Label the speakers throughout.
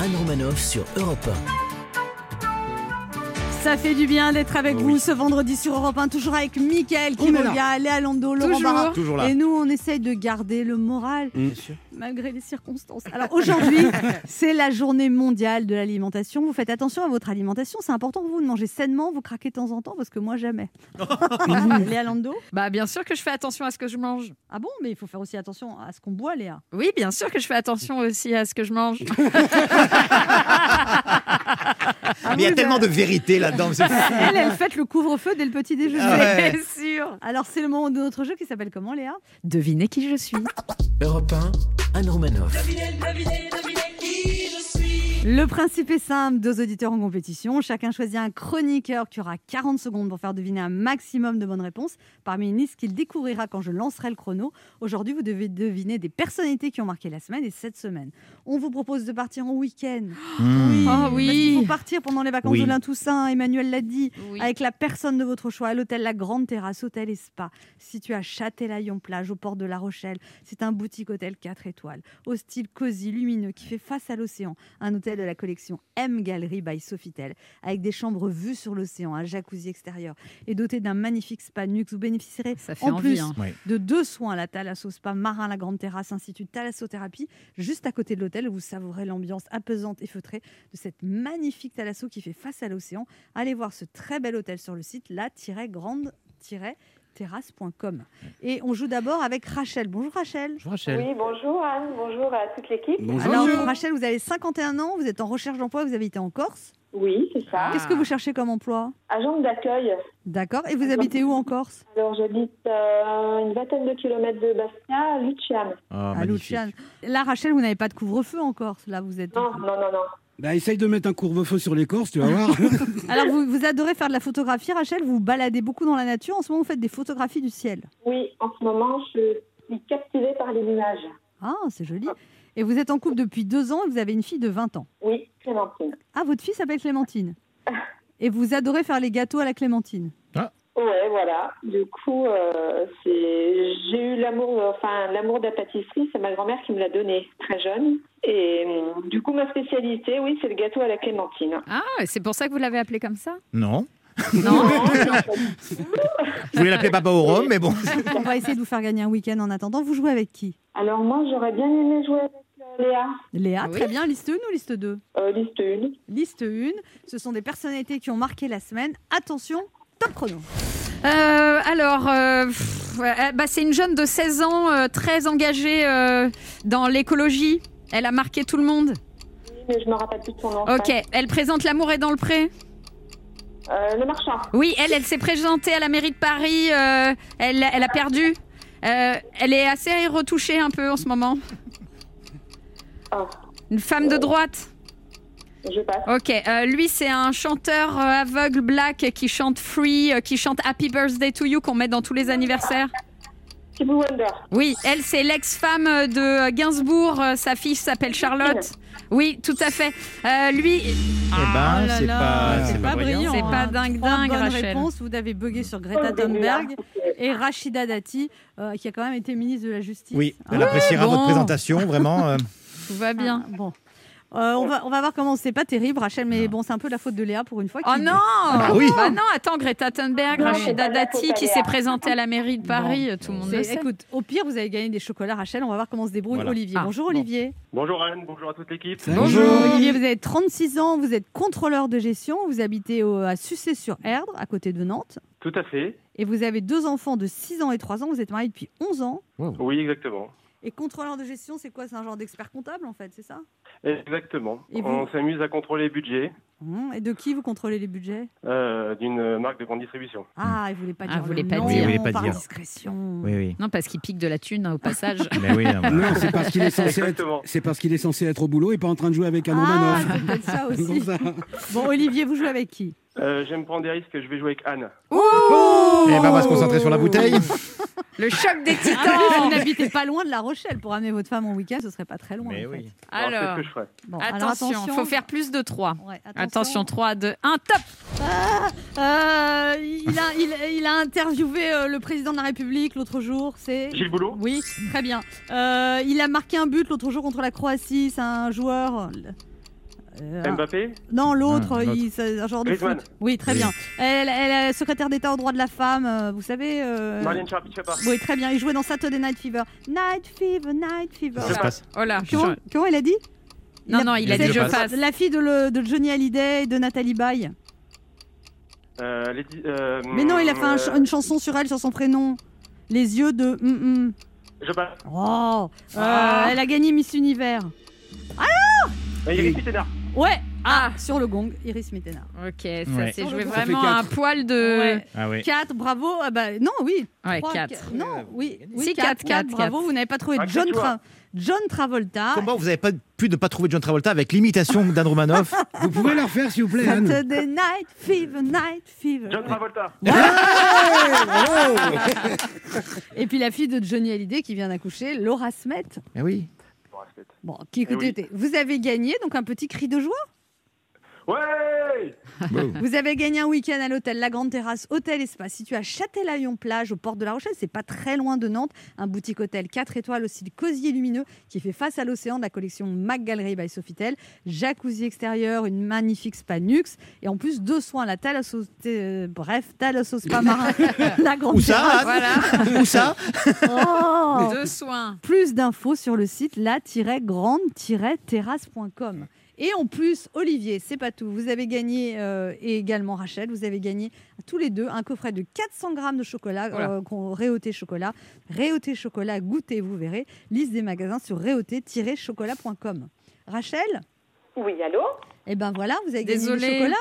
Speaker 1: Anne Romanoff sur Europe 1.
Speaker 2: Ça fait du bien d'être avec vous ce vendredi sur Europe 1, toujours avec Mickaël qui
Speaker 3: On est là.
Speaker 2: revient, Léa Lando, Laurent
Speaker 3: Toujours.
Speaker 2: Barra.
Speaker 4: Toujours là.
Speaker 2: Et nous, on essaye de garder le moral euh,
Speaker 4: Bien
Speaker 2: malgré les circonstances. Alors aujourd'hui, c'est la journée mondiale de l'alimentation. Vous faites attention à votre alimentation, c'est important pour vous de manger sainement, vous craquez de temps en temps, parce que moi jamais. Léa Lando
Speaker 3: Bah bien sûr que je fais attention à ce que je mange.
Speaker 2: Ah bon, mais il faut faire aussi attention à ce qu'on boit, Léa.
Speaker 3: Oui, bien sûr que je fais attention aussi à ce que je mange.
Speaker 2: Ah
Speaker 5: Ah,
Speaker 4: Ah, Mais il y a
Speaker 2: oui,
Speaker 4: tellement
Speaker 2: bah,
Speaker 4: de vérité là-dedans. c'est fou.
Speaker 2: Elle, elle fait le couvre-feu dès le petit déjeuner.
Speaker 4: Ah ouais.
Speaker 3: Bien sûr.
Speaker 2: Alors c'est le moment de notre jeu qui s'appelle comment, Léa
Speaker 3: Devinez qui je suis.
Speaker 1: Europe 1, Anne Romanoff.
Speaker 2: Le principe est simple, deux auditeurs en compétition, chacun choisit un chroniqueur qui aura 40 secondes pour faire deviner un maximum de bonnes réponses parmi une liste qu'il découvrira quand je lancerai le chrono. Aujourd'hui, vous devez deviner des personnalités qui ont marqué la semaine et cette semaine. On vous propose de partir en week-end. Hmm.
Speaker 4: Mmh.
Speaker 3: Oh
Speaker 2: Parce qu'il
Speaker 3: oui.
Speaker 2: faut partir pendant les vacances
Speaker 4: Oui.
Speaker 2: de l'un Toussaint, Emmanuel l'a dit,
Speaker 3: Oui.
Speaker 2: avec la personne de votre choix à l'hôtel La Grande Terrasse, hôtel et spa. Situé à Châtelaillon-Plage, au port de La Rochelle, c'est un boutique hôtel 4 étoiles, au style cosy, lumineux, qui fait face à l'océan. Un hôtel de la collection M Gallery by Sofitel, avec des chambres vues sur l'océan, un jacuzzi extérieur et doté d'un magnifique spa nuxe. Vous bénéficierez
Speaker 3: Ça fait
Speaker 2: en
Speaker 3: envie.
Speaker 2: plus
Speaker 3: hein.
Speaker 2: de deux soins à la Thalasso Spa Marin, la Grande Terrasse, Institut Thalassothérapie, juste à côté de l'hôtel où vous savourez l'ambiance apaisante et feutrée de cette magnifique Thalasso qui fait face à l'océan. Allez voir ce très bel hôtel sur le site la-grande-terrasse.com. Et on joue d'abord avec Rachel. Bonjour Rachel.
Speaker 6: Oui, bonjour Anne, bonjour à toute l'équipe.
Speaker 2: Alors Rachel, vous avez 51 ans, vous êtes en recherche d'emploi, vous habitez en Corse.
Speaker 6: Oui, c'est ça.
Speaker 2: Qu'est-ce que vous cherchez comme emploi
Speaker 6: Agente d'accueil.
Speaker 2: D'accord. Et vous habitez où en Corse
Speaker 6: Alors j'habite euh, une vingtaine de kilomètres de Bastia, à Luciane.
Speaker 5: Ah,
Speaker 2: À Luciane. Là, Rachel, vous n'avez pas de couvre-feu en Corse. Là, vous êtes.
Speaker 6: Non, non, non, non.
Speaker 7: Bah, essaye de mettre un couvre-feu sur les Corses, tu vas voir.
Speaker 2: Alors, vous, vous adorez faire de la photographie, Rachel. Vous vous baladez beaucoup dans la nature. En ce moment, vous faites des photographies du ciel.
Speaker 6: Oui, en ce moment, je suis captivée par les images.
Speaker 2: Ah, c'est joli. Et vous êtes en couple depuis deux ans et vous avez une fille de 20 ans.
Speaker 6: Oui, Clémentine.
Speaker 2: Ah, votre fille s'appelle Clémentine. Et vous adorez faire les gâteaux à la Clémentine.
Speaker 6: Ouais, voilà. Du coup, euh, c'est- j'ai eu l'amour, euh, enfin l'amour de la pâtisserie, c'est ma grand-mère qui me l'a donné, très jeune. Et euh, du coup, ma spécialité, oui, c'est le gâteau à la Clémentine.
Speaker 3: Ah, et c'est pour ça que vous l'avez appelé comme ça
Speaker 4: Non.
Speaker 3: Non.
Speaker 4: Je voulais l'appeler Papa au Rhum, mais bon.
Speaker 2: On va essayer de vous faire gagner un week-end en attendant. Vous jouez avec qui
Speaker 6: Alors moi, j'aurais bien aimé jouer avec euh, Léa.
Speaker 2: Léa,
Speaker 3: Oui.
Speaker 2: très bien. Liste 1 ou liste 2
Speaker 6: Euh, liste 1.
Speaker 2: Liste 1. Ce sont des personnalités qui ont marqué la semaine. Attention, top chrono.
Speaker 3: Euh, alors, euh, pff, euh, bah, c'est une jeune de 16 ans, euh, très engagée euh, dans l'écologie. Elle a marqué tout le monde.
Speaker 6: Oui, mais je me rappelle plus de son nom.
Speaker 3: Ok, elle présente l'amour est dans le pré.
Speaker 6: Euh, le marchand.
Speaker 3: Oui, elle, elle s'est présentée à la mairie de Paris. euh, elle, elle a perdu. Euh, elle est assez retouchée un peu en ce moment.
Speaker 6: Oh,
Speaker 3: Une femme de droite.
Speaker 6: je passe.
Speaker 3: Ok, euh, lui c'est un chanteur euh, aveugle black qui chante Free, euh, qui chante Happy Birthday to You qu'on met dans tous les anniversaires.
Speaker 6: Stevie Wonder.
Speaker 3: Oui, elle c'est l'ex-femme euh, de euh, Gainsbourg. euh, Sa fille s'appelle Charlotte. Oui, tout à fait. Euh, lui,
Speaker 4: eh ben,
Speaker 2: Ah là
Speaker 4: c'est
Speaker 2: là,
Speaker 4: pas,
Speaker 2: c'est
Speaker 4: c'est
Speaker 2: pas brillant.
Speaker 3: Ah, c'est
Speaker 2: hein.
Speaker 3: pas dingue
Speaker 2: Trois
Speaker 3: dingue,
Speaker 2: bonnes
Speaker 3: Rachel.
Speaker 2: réponses. Vous avez bugué sur
Speaker 6: Oh,
Speaker 2: Greta
Speaker 6: le début, hein.
Speaker 2: Thunberg et Rachida Dati, euh, qui a quand même été ministre de la Justice.
Speaker 4: Oui,
Speaker 2: Hein.
Speaker 4: elle appréciera
Speaker 3: bon.
Speaker 4: votre présentation, vraiment. euh.
Speaker 3: Tout va bien.
Speaker 2: Ah, Bon. Euh, on, va, on va voir comment c'est pas terrible, Rachel, mais bon, c'est un peu la faute de Léa pour une fois.
Speaker 3: Oh
Speaker 2: qui-
Speaker 3: non
Speaker 4: bah oui.
Speaker 3: Bah non, attends, Greta Thunberg,
Speaker 6: Non, c'est
Speaker 3: Rachida
Speaker 6: pas la
Speaker 3: Dati
Speaker 6: faute à
Speaker 3: qui
Speaker 6: Léa.
Speaker 3: s'est présentée à la mairie de Paris, tout le monde
Speaker 2: C'est-
Speaker 3: le sait.
Speaker 2: Écoute, au pire, vous avez gagné des chocolats, Rachel. On va voir comment se débrouille
Speaker 4: Voilà.
Speaker 2: Olivier.
Speaker 3: Ah,
Speaker 2: Bonjour,
Speaker 3: bon.
Speaker 2: Olivier. Euh,
Speaker 8: Bonjour Anne, bonjour à toute l'équipe.
Speaker 2: Olivier, vous avez 36 ans, vous êtes contrôleur de gestion, vous habitez au- à Sucé-sur-Erdre, à côté de Nantes,
Speaker 8: Tout à fait.
Speaker 2: et vous avez deux enfants de 6 ans et 3 ans, vous êtes marié depuis 11 ans.
Speaker 8: Oui, exactement.
Speaker 2: Et contrôleur de gestion, c'est quoi C'est un genre d'expert comptable, en fait, c'est ça
Speaker 8: Exactement.
Speaker 2: Et vous
Speaker 8: On s'amuse à contrôler les budgets
Speaker 2: Hum, Et de qui vous contrôlez les budgets
Speaker 8: euh, d'une marque de grande distribution.
Speaker 2: Ah, il voulait pas
Speaker 3: Ah,
Speaker 2: dire.
Speaker 3: il voulait
Speaker 2: le
Speaker 3: pas
Speaker 2: nom,
Speaker 3: dire.
Speaker 4: Oui, il voulait pas
Speaker 2: par
Speaker 4: dire.
Speaker 2: discrétion.
Speaker 4: Oui, oui.
Speaker 3: Non, parce qu'il pique de la thune hein, au passage.
Speaker 4: Mais oui, hein, voilà.
Speaker 7: non, c'est parce qu'il est censé être.
Speaker 8: Exactement.
Speaker 7: C'est parce qu'il est censé être au boulot et pas en train de jouer avec un
Speaker 2: Ah,
Speaker 7: Romanoff.
Speaker 2: c'est peut-être ça
Speaker 7: C'est
Speaker 2: aussi.
Speaker 4: bah,
Speaker 7: pour ça.
Speaker 2: Bon, Olivier, vous jouez avec qui
Speaker 8: Euh, J'aime prendre des risques, je vais jouer avec Anne.
Speaker 4: Eh ben, on va se concentrer sur la bouteille.
Speaker 3: Le choc des
Speaker 2: Ah, mais Vous
Speaker 3: titans
Speaker 2: n'habitez pas loin de La Rochelle. Pour amener votre femme en week-end, ce serait pas très loin.
Speaker 4: Mais
Speaker 2: en
Speaker 4: oui.
Speaker 8: Alors, c'est ce
Speaker 3: Alors,
Speaker 8: que je ferai.
Speaker 2: fait. Bon, alors
Speaker 3: attention, faut faire plus de 3.
Speaker 2: Ouais, attention.
Speaker 3: Attention, 3, 2, 1, top
Speaker 2: Euh, il, a, il- il a interviewé euh, le président de la République l'autre jour. C'est.
Speaker 8: Gilles Boulot
Speaker 2: Oui, très bien. Euh, il a marqué un but l'autre jour contre la Croatie. C'est un joueur. Euh,
Speaker 8: Mbappé
Speaker 2: Non, l'autre,
Speaker 5: Ah, l'autre.
Speaker 2: il- c'est un genre de
Speaker 8: Eh ben. Griezmann.
Speaker 2: foot. Oui, très
Speaker 5: Oui.
Speaker 2: bien. Elle, elle est secrétaire d'État aux droits de la femme, euh, vous savez. euh,
Speaker 8: Marlène Chapa- Chapa.
Speaker 2: Oui, très bien. Il jouait dans Saturday Night Fever. Night Fever, Night Fever.
Speaker 8: Je passe.
Speaker 9: Oh là, je-
Speaker 2: Comment, comment elle a dit
Speaker 9: Non, non, il a dit je passe.
Speaker 2: La fille de, le- de Johnny Hallyday et de Nathalie Baye.
Speaker 8: Euh, Lady- euh,
Speaker 2: Mais non, il a fait un ch-
Speaker 8: euh,
Speaker 2: une chanson sur elle, sur son prénom. Les yeux de. hum, hum.
Speaker 8: Je passe.
Speaker 2: Oh euh,
Speaker 9: Ah.
Speaker 2: Elle a gagné Miss Univers.
Speaker 8: Euh, Iris Mittenard.
Speaker 2: Ouais
Speaker 9: Ah.
Speaker 2: ah. Sur le gong, Iris Mittenard.
Speaker 9: Ok, ça
Speaker 5: Ouais.
Speaker 9: s'est
Speaker 2: Ça
Speaker 9: joué
Speaker 2: fait
Speaker 9: vraiment
Speaker 4: quatre.
Speaker 9: à un poil de.
Speaker 2: Ouais.
Speaker 5: Ah oui.
Speaker 2: 4, bravo. Ah bah, non, oui.
Speaker 9: Euh, Ouais,
Speaker 2: Trois,
Speaker 9: 4.
Speaker 2: qu- Non, oui.
Speaker 9: Si,
Speaker 2: oui
Speaker 9: quatre,
Speaker 2: 4, 4,
Speaker 9: quatre,
Speaker 2: bravo.
Speaker 9: quatre.
Speaker 2: Vous n'avez pas trouvé
Speaker 8: Ah,
Speaker 2: John,
Speaker 8: quatre
Speaker 2: Tra- John Travolta.
Speaker 5: Comment vous avez pas pu ne pas trouver John Travolta avec l'imitation d'Anne Romanoff
Speaker 4: Vous pouvez la refaire, s'il vous plaît, Anne
Speaker 2: Saturday Night Fever, Night Fever.
Speaker 8: John Travolta.
Speaker 2: Et puis la fille de Johnny Hallyday qui vient d'accoucher, Laura Smet.
Speaker 5: Eh oui.
Speaker 2: Bon, qui
Speaker 8: Eh oui.
Speaker 2: écoutez, écoutez, vous avez gagné, donc un petit cri de joie.
Speaker 8: Ouais
Speaker 2: Vous avez gagné un week-end à l'hôtel La Grande Terrasse, hôtel espace situé à Châtelaillon-Plage, aux portes de La Rochelle. C'est pas très loin de Nantes. Un boutique hôtel 4 étoiles, aussi cosy et lumineux, qui fait face à l'océan de la collection Mac Gallery by Sofitel. Jacuzzi extérieur, une magnifique spa luxe. Et en plus, deux soins, la Thalasso, euh, bref, Thalasso Spa Marin, La Grande
Speaker 5: Où ça,
Speaker 2: Terrasse.
Speaker 9: Voilà,
Speaker 5: Où ça
Speaker 2: Oh
Speaker 9: deux soins.
Speaker 2: plus d'infos sur le site la-grande-terrasse.com. Et en plus, Olivier, c'est pas tout. Vous avez gagné, euh, et également Rachel, vous avez gagné tous les deux un coffret de 400 grammes de chocolat,
Speaker 9: Voilà.
Speaker 2: euh, qu'on- Réauté Chocolat. Réauté Chocolat, goûtez, vous verrez. Liste des magasins sur réauté-chocolat.com. Rachel,
Speaker 10: Oui, allô
Speaker 2: eh ben voilà, vous avez gagné
Speaker 9: Désolée.
Speaker 2: du chocolat.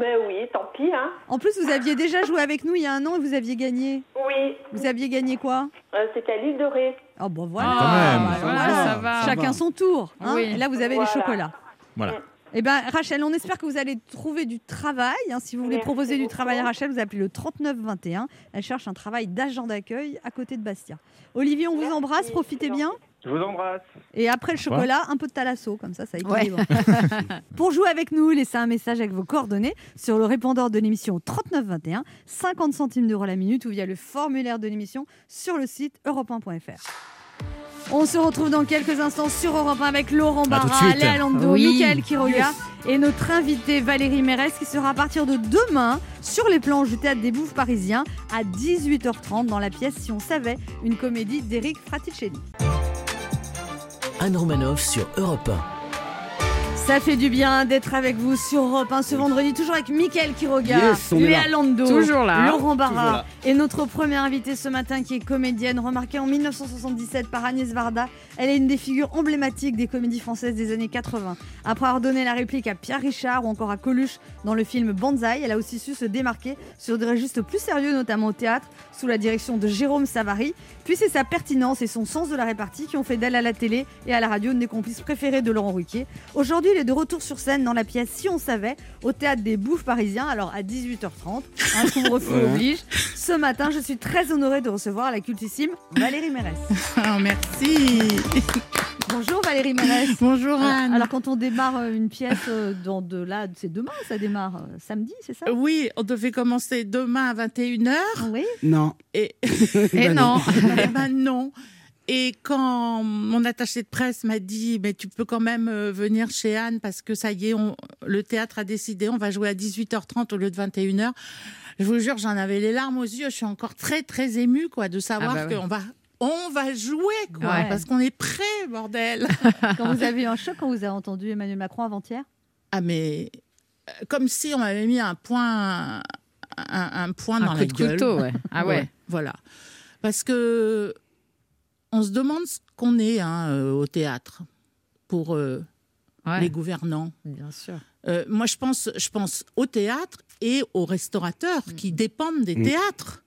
Speaker 10: Ben oui, tant pis, hein.
Speaker 2: En plus, vous aviez déjà joué avec nous il y a un an et vous aviez gagné.
Speaker 10: Oui,
Speaker 2: Vous aviez gagné quoi
Speaker 10: euh, c'est à l'île dorée.
Speaker 2: Oh, bon voilà.
Speaker 9: Ah,
Speaker 5: même.
Speaker 9: bah, voilà,
Speaker 2: Voilà.
Speaker 9: ça va.
Speaker 2: Chacun son tour. hein.
Speaker 9: Oui.
Speaker 2: Et là, vous avez
Speaker 10: Voilà.
Speaker 2: les chocolats.
Speaker 5: Voilà.
Speaker 2: Eh ben, Rachel, on espère que vous allez trouver du travail. hein. Si vous voulez
Speaker 10: Merci
Speaker 2: proposer du
Speaker 10: beaucoup.
Speaker 2: travail à Rachel, vous appelez le 3921. Elle cherche un travail d'agent d'accueil à côté de Bastia. Olivier, on vous
Speaker 10: Merci,
Speaker 2: embrasse,
Speaker 10: c'est
Speaker 2: profitez bien.
Speaker 8: Je vous embrasse.
Speaker 2: Et après le
Speaker 5: revoir.
Speaker 2: chocolat, un peu de thalasso, comme ça, ça équilibre. Pour jouer avec nous, laissez un message avec vos coordonnées sur le répondeur de l'émission au 3921, 50 centimes d'euros la minute ou via le formulaire de l'émission sur le site europe 1.fr. On se retrouve dans quelques instants sur Europe 1 avec Laurent
Speaker 5: À tout de
Speaker 2: Barra,
Speaker 5: suite.
Speaker 2: Léa Landau,
Speaker 9: Oui.
Speaker 2: Michael Quiroga et notre invitée Valérie Mérès qui sera à partir de demain sur les planches du théâtre des Bouffes parisiens à 18h30 dans la pièce Si on savait, une comédie d'Éric Fraticelli.
Speaker 1: Anne Romanoff sur Europe 1.
Speaker 2: Ça fait du bien d'être avec vous sur Europe 1 ce vendredi, toujours avec Mickaël Quiroga,
Speaker 4: Yes, on est
Speaker 2: Léa
Speaker 4: là. hein.
Speaker 2: Lando,
Speaker 9: Toujours là.
Speaker 2: Laurent Barra
Speaker 4: Toujours là.
Speaker 2: et notre première invitée ce matin qui est comédienne remarquée en 1977 par Agnès Varda. Elle est une des figures emblématiques des comédies françaises des années 80. Après avoir donné la réplique à Pierre Richard ou encore à Coluche dans le film Banzai, elle a aussi su se démarquer sur des registres plus sérieux, notamment au théâtre, sous la direction de Jérôme Savary. Puis c'est sa pertinence et son sens de la répartie qui ont fait d'elle à la télé et à la radio une des complices préférées de Laurent Ruquier. Aujourd'hui, elle est de retour sur scène dans la pièce Si on savait, au théâtre des Bouffes parisiens, alors à 18h30. Un couvre-feu
Speaker 4: Ouais.
Speaker 2: oblige. Ce matin, je suis très honorée de recevoir la cultissime Valérie Mérès.
Speaker 11: Ah, merci.
Speaker 2: Bonjour Valérie Mérès.
Speaker 11: Bonjour Anne.
Speaker 2: Alors, alors, quand on démarre euh, une pièce euh, dans de là, c'est demain, ça démarre euh, samedi, c'est ça
Speaker 11: oui, on devait commencer demain à 21h.
Speaker 2: Oui.
Speaker 4: Non.
Speaker 11: Et,
Speaker 9: Et
Speaker 4: Ben
Speaker 9: non.
Speaker 11: eh ben non. Et quand mon attaché de presse m'a dit, mais tu peux quand même euh, venir chez Anne parce que ça y est, on- le théâtre a décidé, on va jouer à 18h30 au lieu de 21h. Je vous jure, j'en avais les larmes aux yeux. Je suis encore très très émue quoi de savoir
Speaker 9: bah ouais.
Speaker 11: qu'on va on va jouer quoi
Speaker 2: Ouais.
Speaker 11: parce qu'on est prêt bordel.
Speaker 2: Quand vous avez eu un choc, quand vous avez entendu Emmanuel Macron avant-hier
Speaker 11: Ah mais euh, comme si on m'avait mis un point, un, un point dans
Speaker 9: Un coup
Speaker 11: la
Speaker 9: de
Speaker 11: gueule.
Speaker 9: couteau, ouais. Ah ouais.
Speaker 11: Voilà. Parce que on se demande ce qu'on est hein, euh, au théâtre pour euh,
Speaker 9: Ouais,
Speaker 11: les gouvernants.
Speaker 9: bien sûr.
Speaker 11: Euh, moi, je pense, je pense au théâtre et aux restaurateurs qui dépendent des
Speaker 4: Mm.
Speaker 11: théâtres.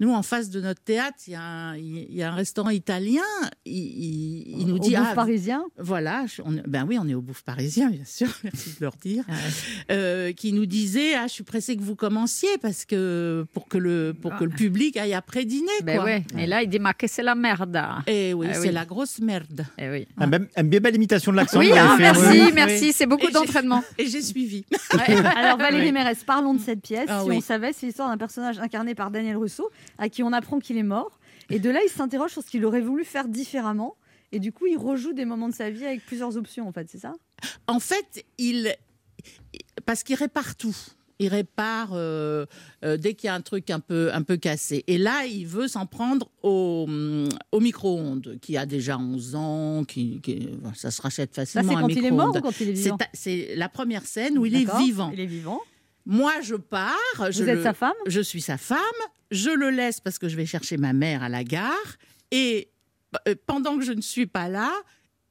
Speaker 11: Nous, en face de notre théâtre, il y, a un- il y a un restaurant italien. Il, il- il nous
Speaker 2: Au
Speaker 11: dit
Speaker 2: Bouffe
Speaker 11: ah,
Speaker 2: parisien
Speaker 11: voilà, je- on- ben oui, on est au bouffe parisien, bien sûr, merci de leur dire,
Speaker 9: Ah
Speaker 11: Euh, qui nous disait ah je suis pressée que vous commenciez parce que pour que le pour que
Speaker 2: Ah.
Speaker 11: le public aille après dîner
Speaker 9: Ben
Speaker 11: quoi. Ah.
Speaker 9: ouais. Et là, il dit marqué c'est la merde.
Speaker 11: Et oui,
Speaker 9: Ah
Speaker 11: c'est
Speaker 9: oui.
Speaker 11: la grosse merde.
Speaker 9: Eh oui.
Speaker 11: Ah,
Speaker 5: Un bel- un bien belle imitation de l'accent.
Speaker 9: Oui,
Speaker 5: vous avez
Speaker 9: hein,
Speaker 5: fait,
Speaker 2: ah,
Speaker 9: merci,
Speaker 5: oui.
Speaker 9: merci. C'est beaucoup
Speaker 11: Et j'ai-
Speaker 9: d'entraînement.
Speaker 11: Et j'ai suivi.
Speaker 2: Alors Valérie
Speaker 11: Oui.
Speaker 2: Mérès, parlons de cette pièce.
Speaker 11: Ah
Speaker 2: si
Speaker 11: oui.
Speaker 2: on savait, c'est l'histoire d'un personnage incarné par Daniel Russo, à qui on apprend qu'il est mort. Et de là, il s'interroge sur ce qu'il aurait voulu faire différemment. Et du coup, il rejoue des moments de sa vie avec plusieurs options, en fait, c'est ça
Speaker 11: En fait, il. Parce qu'il répare tout. Il répare euh, euh, dès qu'il y a un truc un peu, un peu cassé. Et là, il veut s'en prendre au, hum, au micro-ondes, qui a déjà 11 ans, qui, qui- ça se rachète
Speaker 2: Ça,
Speaker 11: facilement.
Speaker 2: c'est
Speaker 11: un
Speaker 2: quand il est mort
Speaker 11: micro-ondes.
Speaker 2: ou quand il est
Speaker 11: C'est
Speaker 2: vivant
Speaker 11: ta- C'est la première scène où il est
Speaker 2: D'accord,
Speaker 11: vivant.
Speaker 2: Il est vivant.
Speaker 11: Moi, je pars. je
Speaker 2: Vous êtes
Speaker 11: le-
Speaker 2: sa femme
Speaker 11: Je suis sa femme. Je le laisse parce que je vais chercher ma mère à la gare. Et euh, pendant que je ne suis pas là,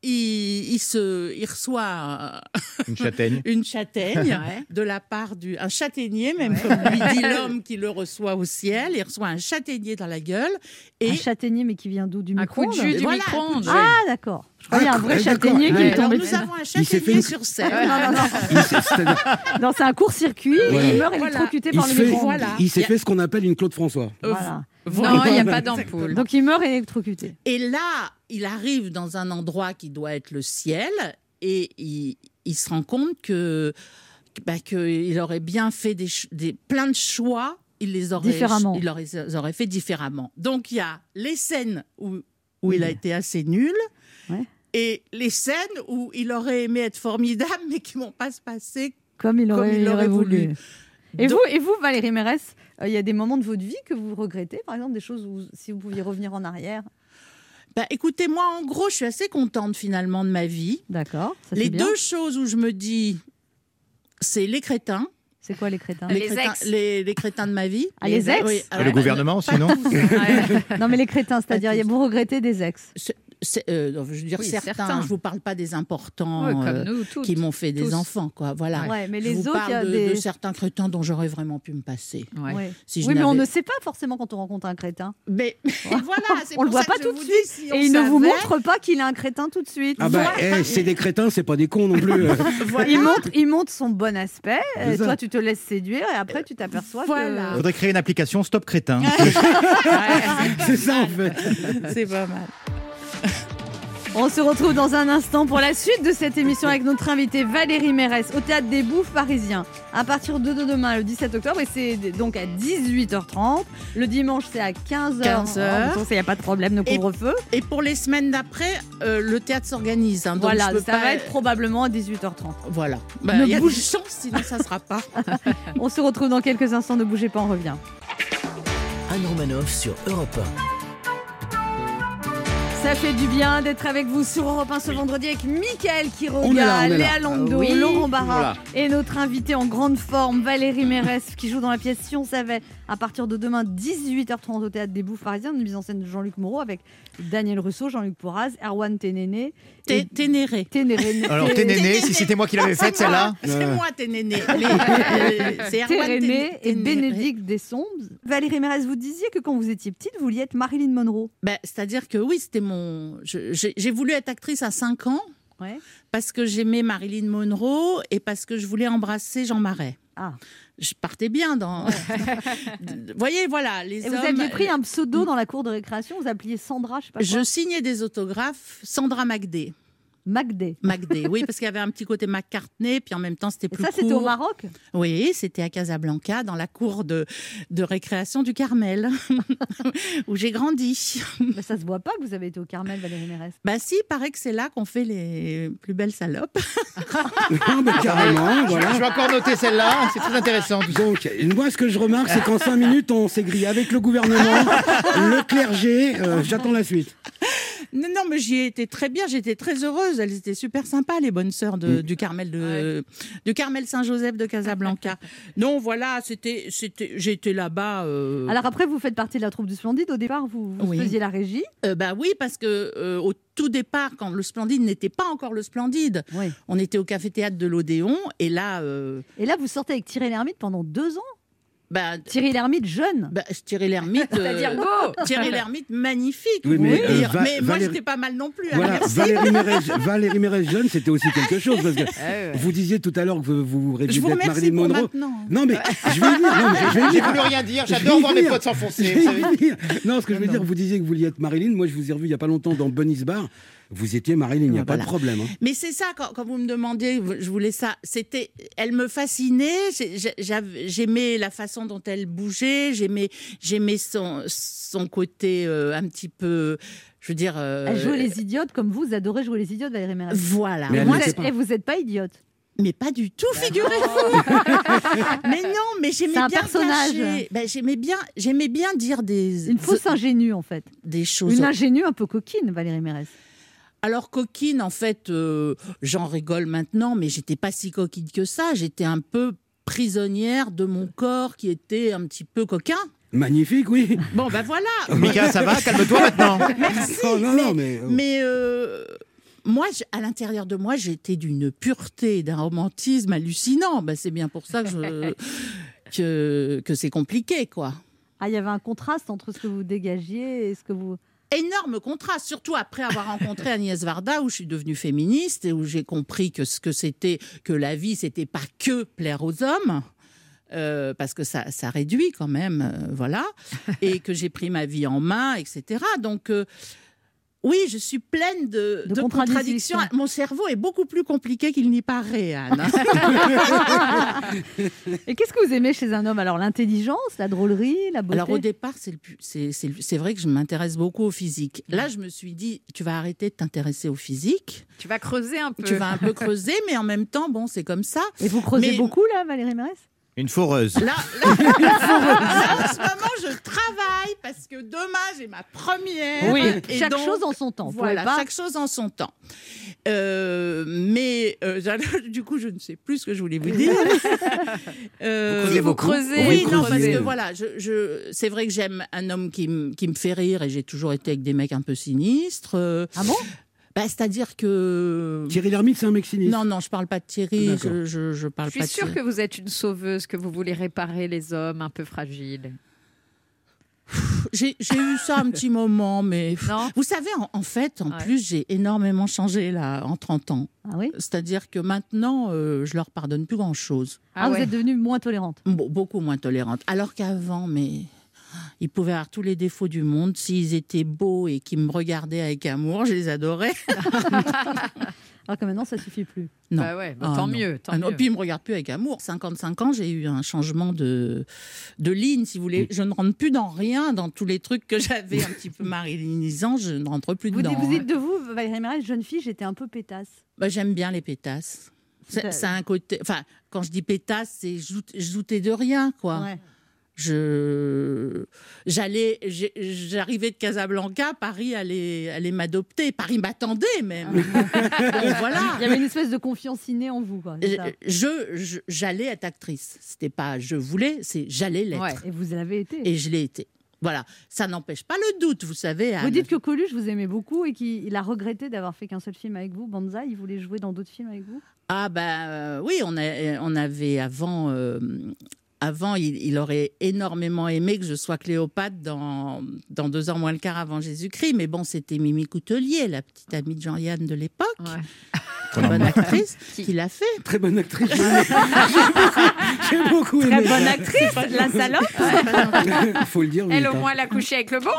Speaker 11: il, il se, il reçoit euh,
Speaker 5: Une châtaigne.
Speaker 11: une châtaigne
Speaker 9: Ouais.
Speaker 11: de la part du un châtaignier, même comme lui dit l'homme qui le reçoit au ciel. Il reçoit un châtaignier dans la gueule. Et
Speaker 2: Un châtaignier, mais qui vient d'où Du
Speaker 9: Un coup de
Speaker 2: micro-ondes
Speaker 9: jus du
Speaker 11: Voilà.
Speaker 9: micro-ondes.
Speaker 2: Ah, d'accord. Je crois qu'il y a un vrai
Speaker 4: Ah, d'accord.
Speaker 2: châtaignier qui
Speaker 4: Ouais.
Speaker 2: est
Speaker 11: alors,
Speaker 2: tombé
Speaker 11: nous
Speaker 2: dessus.
Speaker 11: avons un
Speaker 4: s'est fait
Speaker 11: châtaignier
Speaker 4: une-
Speaker 11: sur scène.
Speaker 2: Non, non, non.
Speaker 4: Il s'est- c'est-à-dire,
Speaker 2: Non, c'est un court-circuit et
Speaker 4: Voilà.
Speaker 2: il meurt
Speaker 11: Voilà.
Speaker 2: électrocuté
Speaker 4: il
Speaker 2: par
Speaker 4: se
Speaker 2: le
Speaker 4: fait-
Speaker 2: micro-ondes.
Speaker 11: Voilà.
Speaker 4: il s'est fait ce qu'on appelle une Claude François.
Speaker 2: Voilà.
Speaker 9: Non, il n'y a pas d'ampoule.
Speaker 2: Donc il meurt électrocuté.
Speaker 11: Et là, il arrive dans un endroit qui doit être le ciel et il, il se rend compte que bah, qu'il aurait bien fait des, ch- des- plein de choix. Il les aurait,
Speaker 2: Différemment.
Speaker 11: Il aurait, ils auraient fait différemment. Donc il y a les scènes où, où
Speaker 2: Oui.
Speaker 11: il a été assez nul
Speaker 2: Ouais.
Speaker 11: et les scènes où il aurait aimé être formidable mais qui vont pas se passer.
Speaker 2: Comme il aurait,
Speaker 11: Comme il
Speaker 2: il
Speaker 11: l'aurait
Speaker 2: aurait voulu.
Speaker 11: voulu.
Speaker 2: Et,
Speaker 11: Donc-
Speaker 2: vous, et vous, Valérie Mérès, euh, il y a des moments de votre vie que vous regrettez, par exemple des choses où si vous pouviez revenir en arrière.
Speaker 11: Bah, écoutez, moi en gros, je suis assez contente finalement de ma vie.
Speaker 2: D'accord. ça,
Speaker 11: les
Speaker 2: c'est bien.
Speaker 11: deux choses où je me dis, c'est les crétins.
Speaker 2: C'est quoi les crétins
Speaker 9: Les
Speaker 11: les, crétins,
Speaker 9: ex.
Speaker 11: les, les crétins de ma vie.
Speaker 2: Ah, les ex
Speaker 11: oui,
Speaker 5: Et
Speaker 11: ah,
Speaker 5: le
Speaker 11: alors,
Speaker 5: gouvernement, sinon
Speaker 11: euh,
Speaker 2: Non, mais les crétins, c'est-à-dire
Speaker 11: Pas
Speaker 2: il y a- vous regrettez des ex.
Speaker 11: c'est- euh, non, je veux dire
Speaker 9: Oui,
Speaker 11: certains,
Speaker 9: certains.
Speaker 11: je vous parle pas des importants
Speaker 9: Ouais,
Speaker 11: euh,
Speaker 9: comme nous toutes.
Speaker 11: qui m'ont fait des
Speaker 9: Tous.
Speaker 11: enfants, quoi. Voilà.
Speaker 2: Ouais, mais
Speaker 11: Je
Speaker 2: les
Speaker 11: vous
Speaker 2: autres, il y a
Speaker 11: parle de,
Speaker 2: des.
Speaker 11: de certains crétins dont j'aurais vraiment pu me passer.
Speaker 9: Ouais.
Speaker 2: Ouais.
Speaker 11: Si je
Speaker 2: oui, mais on
Speaker 11: n'avais-
Speaker 2: ne sait pas forcément quand on rencontre un crétin.
Speaker 11: Mais et voilà, c'est
Speaker 2: On le
Speaker 11: pour
Speaker 2: voit
Speaker 11: ça
Speaker 2: pas
Speaker 11: que je
Speaker 2: tout de
Speaker 11: vous
Speaker 2: suite.
Speaker 11: dis, si on
Speaker 2: Et il ne vous
Speaker 11: savait,
Speaker 2: montre pas qu'il est un crétin tout de suite.
Speaker 4: Ah bah, eh, c'est des crétins, c'est pas des cons non plus.
Speaker 11: voilà.
Speaker 2: Il montre, il montre son bon aspect.
Speaker 4: C'est
Speaker 2: euh,
Speaker 4: ça.
Speaker 2: Toi, tu te laisses séduire et après, tu t'aperçois
Speaker 11: Voilà.
Speaker 2: que.
Speaker 5: Il faudrait créer une application Stop Crétin.
Speaker 4: c'est ça en fait.
Speaker 11: c'est pas mal.
Speaker 2: On se retrouve dans un instant pour la suite de cette émission avec notre invitée Valérie Mérès au Théâtre des Bouffes parisiens à partir de de demain le 17 octobre et c'est donc à 18h30. Le dimanche c'est à 15h.
Speaker 11: 15h.
Speaker 2: Il n'y a pas de problème de
Speaker 11: Et-
Speaker 2: couvre-feu.
Speaker 11: Et pour les semaines d'après, euh, le théâtre s'organise. hein, donc
Speaker 2: Voilà,
Speaker 11: je peux
Speaker 2: ça
Speaker 11: pas-
Speaker 2: va être probablement à 18h30.
Speaker 11: Voilà. Bah,
Speaker 2: Ne
Speaker 11: il y a
Speaker 2: bouge-
Speaker 11: des chances, sinon ça sera pas.
Speaker 2: On se retrouve dans quelques instants, ne bougez pas, on revient.
Speaker 1: Anne Romanoff sur Europe
Speaker 2: Ça fait du bien d'être avec vous sur Europe 1 ce vendredi avec Mickaël
Speaker 4: On est là,
Speaker 2: Quiroga,
Speaker 4: on est là.
Speaker 2: Léa Lando,
Speaker 4: Ah oui.
Speaker 2: Laurent Barra
Speaker 4: Voilà.
Speaker 2: et notre invité en grande forme, Valérie Mérès, qui joue dans la pièce Si on savait à partir de demain 18h30 au Théâtre des Bouffes Parisiens, une mise en scène de Jean-Luc Moreau avec Daniel Russo, Jean-Luc Pourraz, Erwan Ténéné.
Speaker 11: T'es Ténéré.
Speaker 2: Ténéné.
Speaker 5: Alors, t'es néné, si c'était moi qui l'avais faite,
Speaker 11: C'est
Speaker 5: celle-là.
Speaker 11: moi, C'est moi, t'es néné. Les- euh, C'est Erwan
Speaker 2: Ténéné
Speaker 11: Téné-
Speaker 2: et
Speaker 11: Ténéré.
Speaker 2: Bénédicte Dessombes. Valérie Mérès, vous disiez que quand vous étiez petite, vous vouliez être Marilyn Monroe.
Speaker 11: Ben, C'est-à-dire que oui, c'était mon. je- J'ai j'ai voulu être actrice à 5 ans
Speaker 2: Ouais.
Speaker 11: parce que j'aimais Marilyn Monroe et parce que je voulais embrasser Jean Marais.
Speaker 2: Ah.
Speaker 11: Je partais bien dans. vous voyez, voilà, les
Speaker 2: Et
Speaker 11: hommes. euh,
Speaker 2: vous aviez pris un pseudo dans la cour de récréation, vous appeliez Sandra, je sais pas quoi.
Speaker 11: Je signais des autographes Sandra McDay.
Speaker 2: Magdé.
Speaker 11: McDay, oui, parce qu'il y avait un petit côté McCartney, puis en même temps, c'était
Speaker 2: Et
Speaker 11: plus
Speaker 2: ça, c'était
Speaker 11: court.
Speaker 2: au Maroc
Speaker 11: Oui, c'était à Casablanca, dans la cour de, de récréation du Carmel, où j'ai grandi.
Speaker 2: Mais Ça se voit pas que vous avez été au Carmel, Valérie Mérès.
Speaker 11: Bah si, il paraît que c'est là qu'on fait les plus belles salopes.
Speaker 4: Ah, bah, carrément,
Speaker 5: Je
Speaker 4: voilà.
Speaker 5: vais encore noter celle-là, c'est très intéressant.
Speaker 4: Donc, moi, ce que je remarque, c'est qu'en cinq minutes, on s'est grillé avec le gouvernement, le clergé. euh, J'attends la suite.
Speaker 11: Non, non, mais j'y étais très bien, j'étais très heureuse. Elles étaient super sympas, les bonnes sœurs de- du Carmel de, du Carmel Saint-Joseph de Casablanca. non, voilà, c'était, c'était, j'étais là-bas. euh,
Speaker 2: Alors après, vous faites partie de la troupe du Splendide. Au départ, vous, vous
Speaker 11: Oui.
Speaker 2: faisiez la régie.
Speaker 11: euh, bah oui, parce que euh, au tout départ, quand le Splendide n'était pas encore le Splendide,
Speaker 2: Oui.
Speaker 11: on était au Café Théâtre de l'Odéon, et là, euh,
Speaker 2: Et là, vous sortez avec Thierry Lhermitte pendant deux ans.
Speaker 11: bah,
Speaker 2: Thierry Lhermitte jeune.
Speaker 11: bah, Thierry Lhermitte.
Speaker 9: C'est-à-dire
Speaker 11: euh,
Speaker 9: go
Speaker 11: Thierry Lhermitte, magnifique.
Speaker 4: Oui, mais,
Speaker 11: faut
Speaker 4: euh,
Speaker 11: dire.
Speaker 4: Va-
Speaker 11: Mais moi,
Speaker 4: Valérie-
Speaker 11: j'étais pas mal non plus. hein,
Speaker 4: Voilà,
Speaker 11: merci.
Speaker 4: Valérie Mérez, Valérie Mérez jeune, c'était aussi quelque chose. Parce que vous disiez tout à l'heure que vous vous
Speaker 11: Ah Je
Speaker 4: rêviez
Speaker 11: vous
Speaker 4: d'être
Speaker 11: remercie
Speaker 4: Marilyn
Speaker 11: pour
Speaker 4: Monroe.
Speaker 11: maintenant. hein.
Speaker 4: Non, mais je vais y venir, non, mais je vais y
Speaker 5: J'ai
Speaker 4: venir.
Speaker 5: voulu rien dire,
Speaker 4: Je vais
Speaker 5: j'adore
Speaker 4: y
Speaker 5: voir mes
Speaker 4: venir.
Speaker 5: potes
Speaker 4: Je
Speaker 5: s'enfoncer.
Speaker 4: vais
Speaker 5: vous
Speaker 4: y
Speaker 5: savez.
Speaker 4: venir. Non, ce que je veux
Speaker 11: Non,
Speaker 4: dire,
Speaker 11: non.
Speaker 4: vous disiez que vous vouliez être Marilyn. Moi, je vous ai revu il n'y a pas longtemps dans Bunny's Bar. Vous étiez Marilyn, il n'y a
Speaker 11: Ah,
Speaker 4: pas de
Speaker 11: voilà.
Speaker 4: problème. hein.
Speaker 11: Mais c'est ça, quand, quand vous me demandiez, je voulais ça. C'était, elle me fascinait. j'ai- j'ai- j'avais- J'aimais la façon dont elle bougeait. J'aimais, j'aimais son, son côté euh, un petit peu, je veux dire. euh,
Speaker 2: Elle jouait Ah, les idiotes comme vous, vous adorez jouer les idiotes, Valérie Mérès.
Speaker 11: Voilà.
Speaker 4: Mais
Speaker 2: Et
Speaker 4: elle
Speaker 2: moi,
Speaker 4: l'était
Speaker 2: et vous n'êtes pas idiote.
Speaker 11: Mais pas du tout, figurez-vous. mais non, mais j'aimais
Speaker 2: Bah C'est un
Speaker 11: bien
Speaker 2: personnage.
Speaker 11: cacher. Ben, j'aimais bien, j'aimais bien dire des
Speaker 2: Une fausse ingénue, en fait.
Speaker 11: des choses.
Speaker 2: Une ingénue un peu coquine, Valérie Mérès.
Speaker 11: Alors coquine, en fait, euh, j'en rigole maintenant, mais j'étais pas si coquine que ça. J'étais un peu prisonnière de mon corps qui était un petit peu coquin.
Speaker 4: Magnifique, oui.
Speaker 11: Bon, ben voilà.
Speaker 5: Mika, ça va Calme-toi maintenant.
Speaker 11: Merci.
Speaker 4: Oh, non, non, mais.
Speaker 12: Euh,
Speaker 11: Mais euh, moi, je- à l'intérieur de moi, j'étais d'une pureté, d'un romantisme hallucinant. Ben, c'est bien pour ça que, je- que, que c'est compliqué, quoi.
Speaker 2: Ah, il y avait un contraste entre ce que vous dégagiez et ce que vous.
Speaker 11: Énorme contraste, surtout après avoir rencontré Agnès Varda, où je suis devenue féministe et où j'ai compris que ce que c'était, que la vie, c'était pas que plaire aux hommes. euh, parce que ça, ça réduit quand même, euh, voilà, et que j'ai pris ma vie en main, etc. Donc, euh, oui, je suis pleine de,
Speaker 2: De
Speaker 11: de
Speaker 2: contradictions.
Speaker 11: contradictions. Ah, Mon cerveau est beaucoup plus compliqué qu'il n'y paraît, Anne.
Speaker 2: Et qu'est-ce que vous aimez chez un homme Alors, l'intelligence, la drôlerie, la beauté.
Speaker 11: Alors au départ, c'est le pu- c'est- c'est le- c'est vrai que je m'intéresse beaucoup au physique. Là, je me suis dit, tu vas arrêter de t'intéresser au physique,
Speaker 9: Tu vas creuser un peu.
Speaker 11: tu vas un peu creuser, mais en même temps, bon, c'est comme ça.
Speaker 2: Et vous creusez
Speaker 11: Mais-
Speaker 2: beaucoup, là, Valérie Mérès
Speaker 5: Une foreuse.
Speaker 11: Là, là- là, en ce moment, je travaille parce que demain, j'ai ma première.
Speaker 9: Oui.
Speaker 11: Et
Speaker 2: Chaque
Speaker 11: donc,
Speaker 2: chose en son temps. Vous
Speaker 11: Voilà,
Speaker 2: pouvez pas-
Speaker 11: chaque chose en son temps. Euh, mais euh, j'allais- du coup, je ne sais plus ce que je voulais vous dire.
Speaker 5: Vous
Speaker 11: Euh,
Speaker 5: creusez
Speaker 9: Vous
Speaker 5: beaucoup.
Speaker 9: creusez.
Speaker 11: Oui,
Speaker 9: vous
Speaker 11: non, parce
Speaker 9: creusez.
Speaker 11: que voilà, je, je- c'est vrai que j'aime un homme qui, me- qui me fait rire et j'ai toujours été avec des mecs un peu sinistres. Euh,
Speaker 2: Ah bon
Speaker 11: bah, C'est-à-dire que.
Speaker 4: Thierry Lhermitte, c'est un mec sinistre.
Speaker 11: Non, non, je parle pas de Thierry,
Speaker 4: D'accord.
Speaker 11: je, je, je parle
Speaker 9: Je suis
Speaker 11: pas de
Speaker 9: sûre
Speaker 11: Thierry.
Speaker 9: que vous êtes une sauveuse, que vous voulez réparer les hommes un peu fragiles.
Speaker 11: J'ai j'ai eu ça un petit moment, mais.
Speaker 9: Non
Speaker 11: Vous savez, en, en fait, en
Speaker 9: Ouais.
Speaker 11: plus, j'ai énormément changé là, en 30 ans.
Speaker 2: Ah oui
Speaker 11: C'est-à-dire que maintenant, euh, je leur pardonne plus grand-chose.
Speaker 2: Ah, vous êtes devenue moins tolérante.
Speaker 11: Be- beaucoup moins tolérante. Alors qu'avant, mais ils pouvaient avoir tous les défauts du monde. S'ils étaient beaux et qu'ils me regardaient avec amour, je les adorais.
Speaker 2: Alors que maintenant, ça suffit plus.
Speaker 11: non.
Speaker 9: Bah ouais, bah
Speaker 11: Ah,
Speaker 9: tant
Speaker 11: non.
Speaker 9: mieux. Tant
Speaker 11: Ah non,
Speaker 9: mieux.
Speaker 11: puis ils me regardent plus avec amour. 55 ans, j'ai eu un changement de, de ligne, si vous voulez. Je ne rentre plus dans rien, dans tous les trucs que j'avais un petit peu marinisant, je ne rentre plus
Speaker 2: Vous
Speaker 11: dedans. hein.
Speaker 2: dites, vous dites de vous, Valérie Mérès, jeune fille, j'étais un peu pétasse.
Speaker 11: Bah, J'aime bien les pétasses.
Speaker 2: Euh,
Speaker 11: C'est c'est un côté. Enfin, quand je dis pétasse, c'est je doute- je doutais de rien, quoi.
Speaker 2: Ouais.
Speaker 11: Je j'allais j'ai- j'arrivais de Casablanca, Paris allait allait m'adopter, Paris m'attendait même. Donc voilà.
Speaker 2: Il y avait une espèce de confiance innée en vous. Quoi, c'est ça.
Speaker 11: Je je- j'allais être actrice. C'était pas je voulais, c'est j'allais l'être
Speaker 9: Ouais.
Speaker 2: Et vous l'avez été.
Speaker 11: et je l'ai été. Voilà, ça n'empêche pas le doute, vous savez.
Speaker 2: vous
Speaker 11: Anne.
Speaker 2: dites que Coluche vous aimez beaucoup et qu'il a regretté d'avoir fait qu'un seul film avec vous. Banzai, il voulait jouer dans d'autres films avec vous.
Speaker 11: Ah ben euh, oui, on, a- on avait avant, euh, avant il, il aurait énormément aimé que je sois Cléopâtre dans, dans deux heures moins le quart avant Jésus-Christ, mais bon, c'était Mimi Coutelier, la petite amie de Jean-Yann de l'époque,
Speaker 9: Ouais.
Speaker 11: très bonne
Speaker 4: Ah
Speaker 11: actrice,
Speaker 9: Qui-
Speaker 11: qui l'a fait.
Speaker 4: Très bonne actrice. J'ai beaucoup- J'ai beaucoup aimé.
Speaker 9: actrice, la salope.
Speaker 4: actrice. Faut le dire. oui,
Speaker 9: Elle, au
Speaker 4: putain.
Speaker 9: moins, elle a couché avec le bon.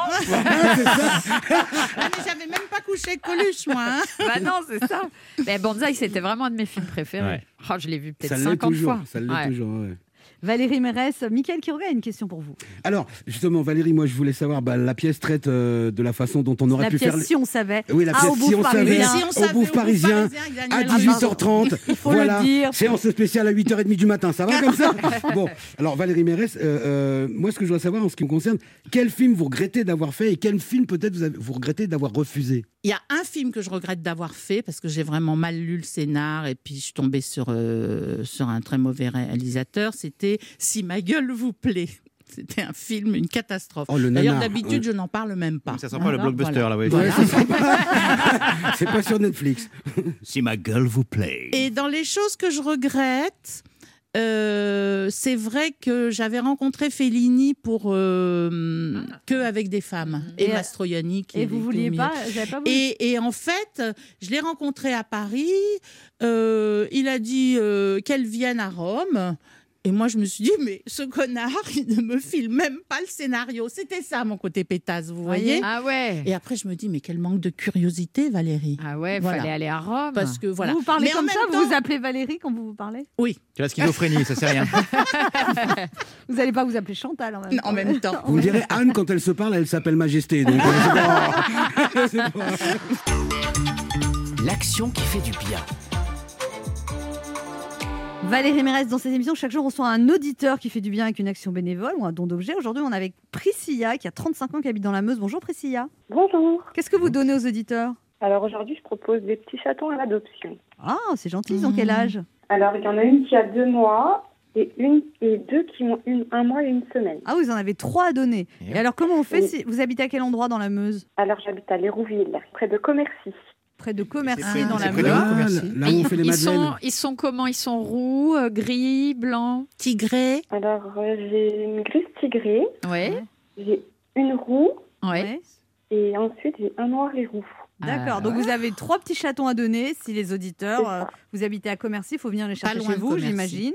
Speaker 11: Ah mais j'avais même pas couché avec Coluche, moi. hein.
Speaker 9: bah non, c'est ça. Mais Banzai, c'était vraiment un de mes films préférés.
Speaker 5: Ouais.
Speaker 9: Oh, je l'ai vu peut-être
Speaker 4: Ça l'est
Speaker 9: 50
Speaker 4: toujours.
Speaker 9: fois.
Speaker 4: Ça l'est
Speaker 9: Ouais.
Speaker 4: toujours. ouais.
Speaker 2: Valérie Mérès, Michael Quiroga a une question pour vous.
Speaker 4: Alors, justement, Valérie, moi, je voulais savoir, bah, la pièce traite euh, de la façon dont on aurait
Speaker 2: La
Speaker 4: pu
Speaker 2: pièce,
Speaker 4: faire.
Speaker 2: si on savait.
Speaker 4: Oui, la
Speaker 2: Ah,
Speaker 4: pièce,
Speaker 2: au
Speaker 4: si
Speaker 2: Bouffe
Speaker 4: on savait,
Speaker 2: Parisien.
Speaker 11: Si on
Speaker 4: Eh au
Speaker 11: savait,
Speaker 4: Bouffe Parisien,
Speaker 11: il
Speaker 4: à
Speaker 11: gagnait la-
Speaker 4: 18h30.
Speaker 2: faut le
Speaker 4: voilà,
Speaker 2: dire.
Speaker 4: séance spéciale à 8h30 du matin, ça va comme ça Bon, alors Valérie Mérès, euh, euh, moi ce que je dois savoir en ce qui me concerne, quel film vous regrettez d'avoir fait et quel film peut-être vous, avez- vous regrettez d'avoir refusé
Speaker 11: Il y a un film que je regrette d'avoir fait parce que j'ai vraiment mal lu le scénar et puis je suis tombée sur, euh, sur un très mauvais réalisateur. C'était Si ma gueule vous plaît. C'était un film, une catastrophe.
Speaker 4: Oh, le
Speaker 11: D'ailleurs,
Speaker 4: nanar,
Speaker 11: d'habitude,
Speaker 4: ouais.
Speaker 11: je n'en parle même pas.
Speaker 5: Ça sent pas le
Speaker 11: Voilà.
Speaker 5: blockbuster là, oui.
Speaker 11: Voilà.
Speaker 4: Ouais, c'est pas- C'est pas sur Netflix.
Speaker 5: Si ma gueule vous plaît.
Speaker 11: Et dans les choses que je regrette, euh, c'est vrai que j'avais rencontré Fellini pour euh, que avec des femmes et,
Speaker 2: Ah. Et-
Speaker 11: Mastroianni qui
Speaker 2: Et vous
Speaker 11: était au
Speaker 2: vouliez
Speaker 11: milieu.
Speaker 2: pas, vous avez pas voulu.
Speaker 11: Et, et en fait, je l'ai rencontré à Paris. euh, il a dit euh, qu'elle vienne à Rome. Et moi, je me suis dit, mais ce connard, il ne me file même pas le scénario. C'était ça, mon côté pétasse, vous voyez
Speaker 9: Ah ouais.
Speaker 11: Et après, je me dis, mais quel manque de curiosité, Valérie.
Speaker 9: Ah ouais,
Speaker 11: Voilà.
Speaker 9: fallait aller à Rome.
Speaker 11: Parce que voilà.
Speaker 2: Vous vous parlez
Speaker 11: Mais en
Speaker 2: comme
Speaker 11: même
Speaker 2: ça
Speaker 11: temps-
Speaker 2: Vous vous appelez Valérie quand vous vous parlez
Speaker 11: Oui.
Speaker 5: Tu vois, schizophrénie, ça sert à rien.
Speaker 2: Vous n'allez pas vous appeler Chantal en même
Speaker 11: Non,
Speaker 2: temps.
Speaker 11: en même temps.
Speaker 4: Vous me direz, Anne, quand elle se parle, elle s'appelle Majesté. Donc, euh, c'est pas- c'est pas-
Speaker 1: L'action qui fait du bien.
Speaker 2: Valérie Mérès, dans cette émission, chaque jour, on reçoit un auditeur qui fait du bien avec une action bénévole ou un don d'objet. Aujourd'hui, on est avec Priscilla, qui a 35 ans, qui habite dans la Meuse. Bonjour Priscilla.
Speaker 10: Bonjour.
Speaker 2: Qu'est-ce que vous donnez aux auditeurs
Speaker 10: Alors aujourd'hui, je propose des petits chatons à l'adoption.
Speaker 2: Ah, c'est gentil, ils ont
Speaker 5: Mmh.
Speaker 2: quel âge
Speaker 10: Alors, il y en a une qui a deux mois et une et deux qui ont une, un mois et une semaine.
Speaker 2: Ah, vous en avez trois à donner.
Speaker 5: Et
Speaker 2: Et alors, comment on fait
Speaker 5: Oh.
Speaker 10: Oui.
Speaker 2: si Vous habitez à quel endroit dans la Meuse
Speaker 10: Alors, j'habite à Lérouville, près de Commercy.
Speaker 2: Près de Commercy,
Speaker 5: près-
Speaker 2: dans
Speaker 5: c'est
Speaker 2: la
Speaker 5: près de
Speaker 2: Meuse.
Speaker 5: Rome,
Speaker 4: Ah,
Speaker 5: merci.
Speaker 4: là où on fait les
Speaker 9: ils, sont,
Speaker 4: madeleines.
Speaker 9: ils sont comment Ils sont roux, euh, gris, blancs
Speaker 11: Tigré.
Speaker 10: Alors, euh, j'ai une grise tigrée,
Speaker 9: Ouais.
Speaker 10: j'ai une roue
Speaker 9: Ouais.
Speaker 2: Ouais.
Speaker 10: et ensuite j'ai un noir et roux.
Speaker 2: D'accord,
Speaker 11: Ah.
Speaker 2: donc vous avez trois petits chatons à donner. Si les auditeurs, euh, vous habitez à Commercy, il faut venir les chercher
Speaker 11: loin
Speaker 2: chez
Speaker 11: de
Speaker 2: vous,
Speaker 11: Commercy.
Speaker 2: j'imagine.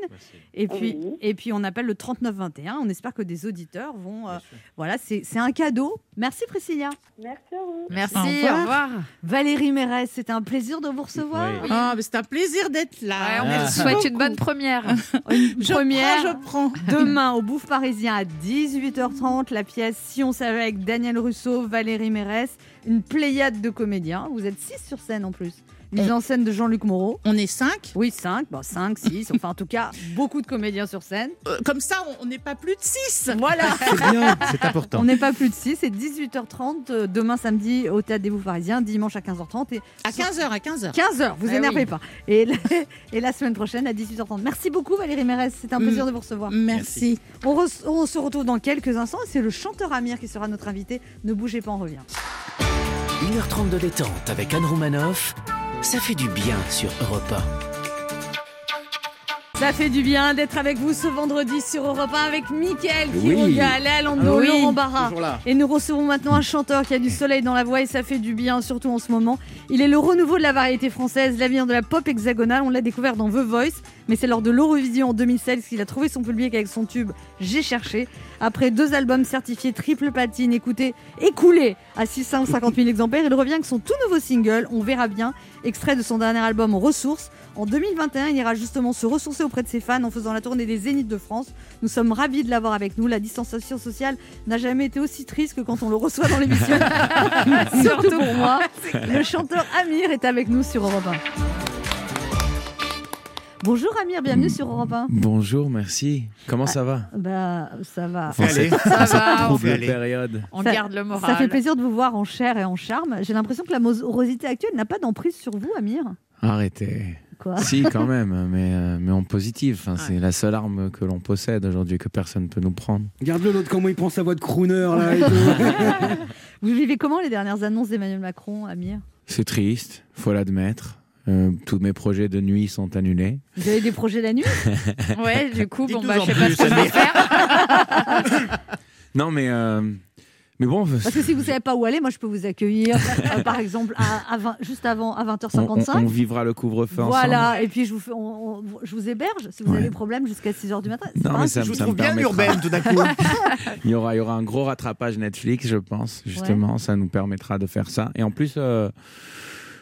Speaker 2: Et puis,
Speaker 10: Oui.
Speaker 2: et puis on appelle le 3921. On espère que des auditeurs vont. euh, voilà, c'est c'est un cadeau. Merci Priscilla.
Speaker 10: Merci à vous.
Speaker 9: Merci,
Speaker 11: Au revoir.
Speaker 9: Au revoir.
Speaker 2: Valérie Mérès, c'était un plaisir de vous recevoir.
Speaker 5: Oui.
Speaker 11: Ah, mais c'est un plaisir d'être là.
Speaker 9: Ouais, on
Speaker 5: Ah.
Speaker 9: vous souhaite une bonne première.
Speaker 2: Une
Speaker 11: Je
Speaker 2: première.
Speaker 11: prends, je prends.
Speaker 2: Demain au Bouffe Parisien à 18h30, la pièce Si on savait avec Daniel Russo, Valérie Mérès, une pléiade de comédiens. Vous êtes 6 sur scène en plus. Mise en scène de Jean-Luc Moreau.
Speaker 11: On est cinq.
Speaker 2: Oui, 5, bon, 5, 6, enfin en tout cas, beaucoup de comédiens sur scène.
Speaker 11: Euh, comme ça, on- on n'est pas plus de six.
Speaker 2: Voilà,
Speaker 5: C'est bien, c'est important.
Speaker 2: on n'est pas plus de 6, c'est 18h30 euh, demain samedi au Théâtre des Bouffes Parisiens, dimanche à 15h30 et
Speaker 11: À 15h, à 15h.
Speaker 2: 15h, vous
Speaker 9: Eh
Speaker 2: énervez
Speaker 9: oui.
Speaker 2: pas. Et, la- et la semaine prochaine à 18h30. Merci beaucoup Valérie Mérès, c'était un
Speaker 11: Mm.
Speaker 2: plaisir de vous recevoir.
Speaker 11: Merci.
Speaker 2: On, re- on se retrouve dans quelques instants. C'est le chanteur Amir qui sera notre invité. Ne bougez pas, on revient.
Speaker 1: 1h30 de détente avec Anne Roumanoff. Ça fait du bien sur Europe 1.
Speaker 2: Ça fait du bien d'être avec vous ce vendredi sur Europe 1 avec Mickaël qui
Speaker 4: Oui.
Speaker 2: revient à Lando,
Speaker 9: Ah oui,
Speaker 2: Laurent Barra.
Speaker 5: Toujours là.
Speaker 2: Et nous recevons maintenant un chanteur qui a du soleil dans la voix et ça fait du bien, surtout en ce moment. Il est le renouveau de la variété française, l'avenir de la pop hexagonale. On l'a découvert dans The Voice, mais c'est lors de l'Eurovision en 2016 qu'il a trouvé son public avec son tube J'ai cherché. Après deux albums certifiés triple platine, écoutés, écoulés à 650 000 exemplaires, il revient avec son tout nouveau single On verra bien, extrait de son dernier album Ressources. En 2021, il ira justement se ressourcer auprès de ses fans en faisant la tournée des Zéniths de France. Nous sommes ravis de l'avoir avec nous. La distanciation sociale n'a jamais été aussi triste que quand on le reçoit dans l'émission. Surtout pour moi. Le chanteur Amir est avec nous sur Europe 1. Bonjour Amir, bienvenue sur Europe 1.
Speaker 12: Bonjour, merci. Comment ça va
Speaker 2: Bah, ça va.
Speaker 12: Enfin,
Speaker 5: Allez.
Speaker 12: cette-
Speaker 9: Ça
Speaker 3: Ah,
Speaker 12: cette
Speaker 4: Ah,
Speaker 9: va, on
Speaker 12: trouble
Speaker 5: fait aller.
Speaker 12: période.
Speaker 9: Ah bah, On
Speaker 2: Ça-
Speaker 9: garde le moral.
Speaker 2: Ça fait plaisir de vous voir en chair et en charme. J'ai l'impression que la morosité actuelle n'a pas d'emprise sur vous, Amir.
Speaker 12: Arrêtez.
Speaker 2: Quoi
Speaker 12: si, quand même, mais, euh, mais en positif. Enfin, C'est la seule arme que l'on possède aujourd'hui que personne ne peut nous prendre.
Speaker 4: Regarde-le, l'autre, comment il prend sa voix de crooner, là, et tout.
Speaker 2: Vous vivez comment les dernières annonces d'Emmanuel Macron, Amir
Speaker 12: C'est triste, faut l'admettre. Euh, tous mes projets de nuit sont annulés.
Speaker 2: Vous avez des projets la nuit
Speaker 9: Ouais, du coup, bon,
Speaker 5: Dites-nous
Speaker 9: bah,
Speaker 5: en
Speaker 9: je sais pas
Speaker 5: plus,
Speaker 9: ce que je vais
Speaker 5: Amir.
Speaker 9: faire.
Speaker 12: Non, mais, euh, mais bon,
Speaker 2: Parce que si vous savez pas où aller, moi je peux vous accueillir, euh, par exemple, à, à 20 juste avant, à
Speaker 12: on, on-
Speaker 2: 20h55.
Speaker 12: on vivra le couvre-feu ensemble.
Speaker 2: Voilà, et puis je vous, fais- on- on- je vous héberge si vous
Speaker 12: Ouais.
Speaker 2: avez des problèmes jusqu'à 6h du matin. C'est
Speaker 12: Non,
Speaker 2: pas
Speaker 12: mais
Speaker 2: un
Speaker 12: ça,
Speaker 5: Je vous
Speaker 12: ça
Speaker 5: trouve
Speaker 12: me
Speaker 5: bien
Speaker 12: permettra.
Speaker 5: urbaine tout d'un coup.
Speaker 12: Il y aura, il y aura un gros rattrapage Netflix, je pense, justement. Ça nous permettra de faire ça. Et en plus, euh,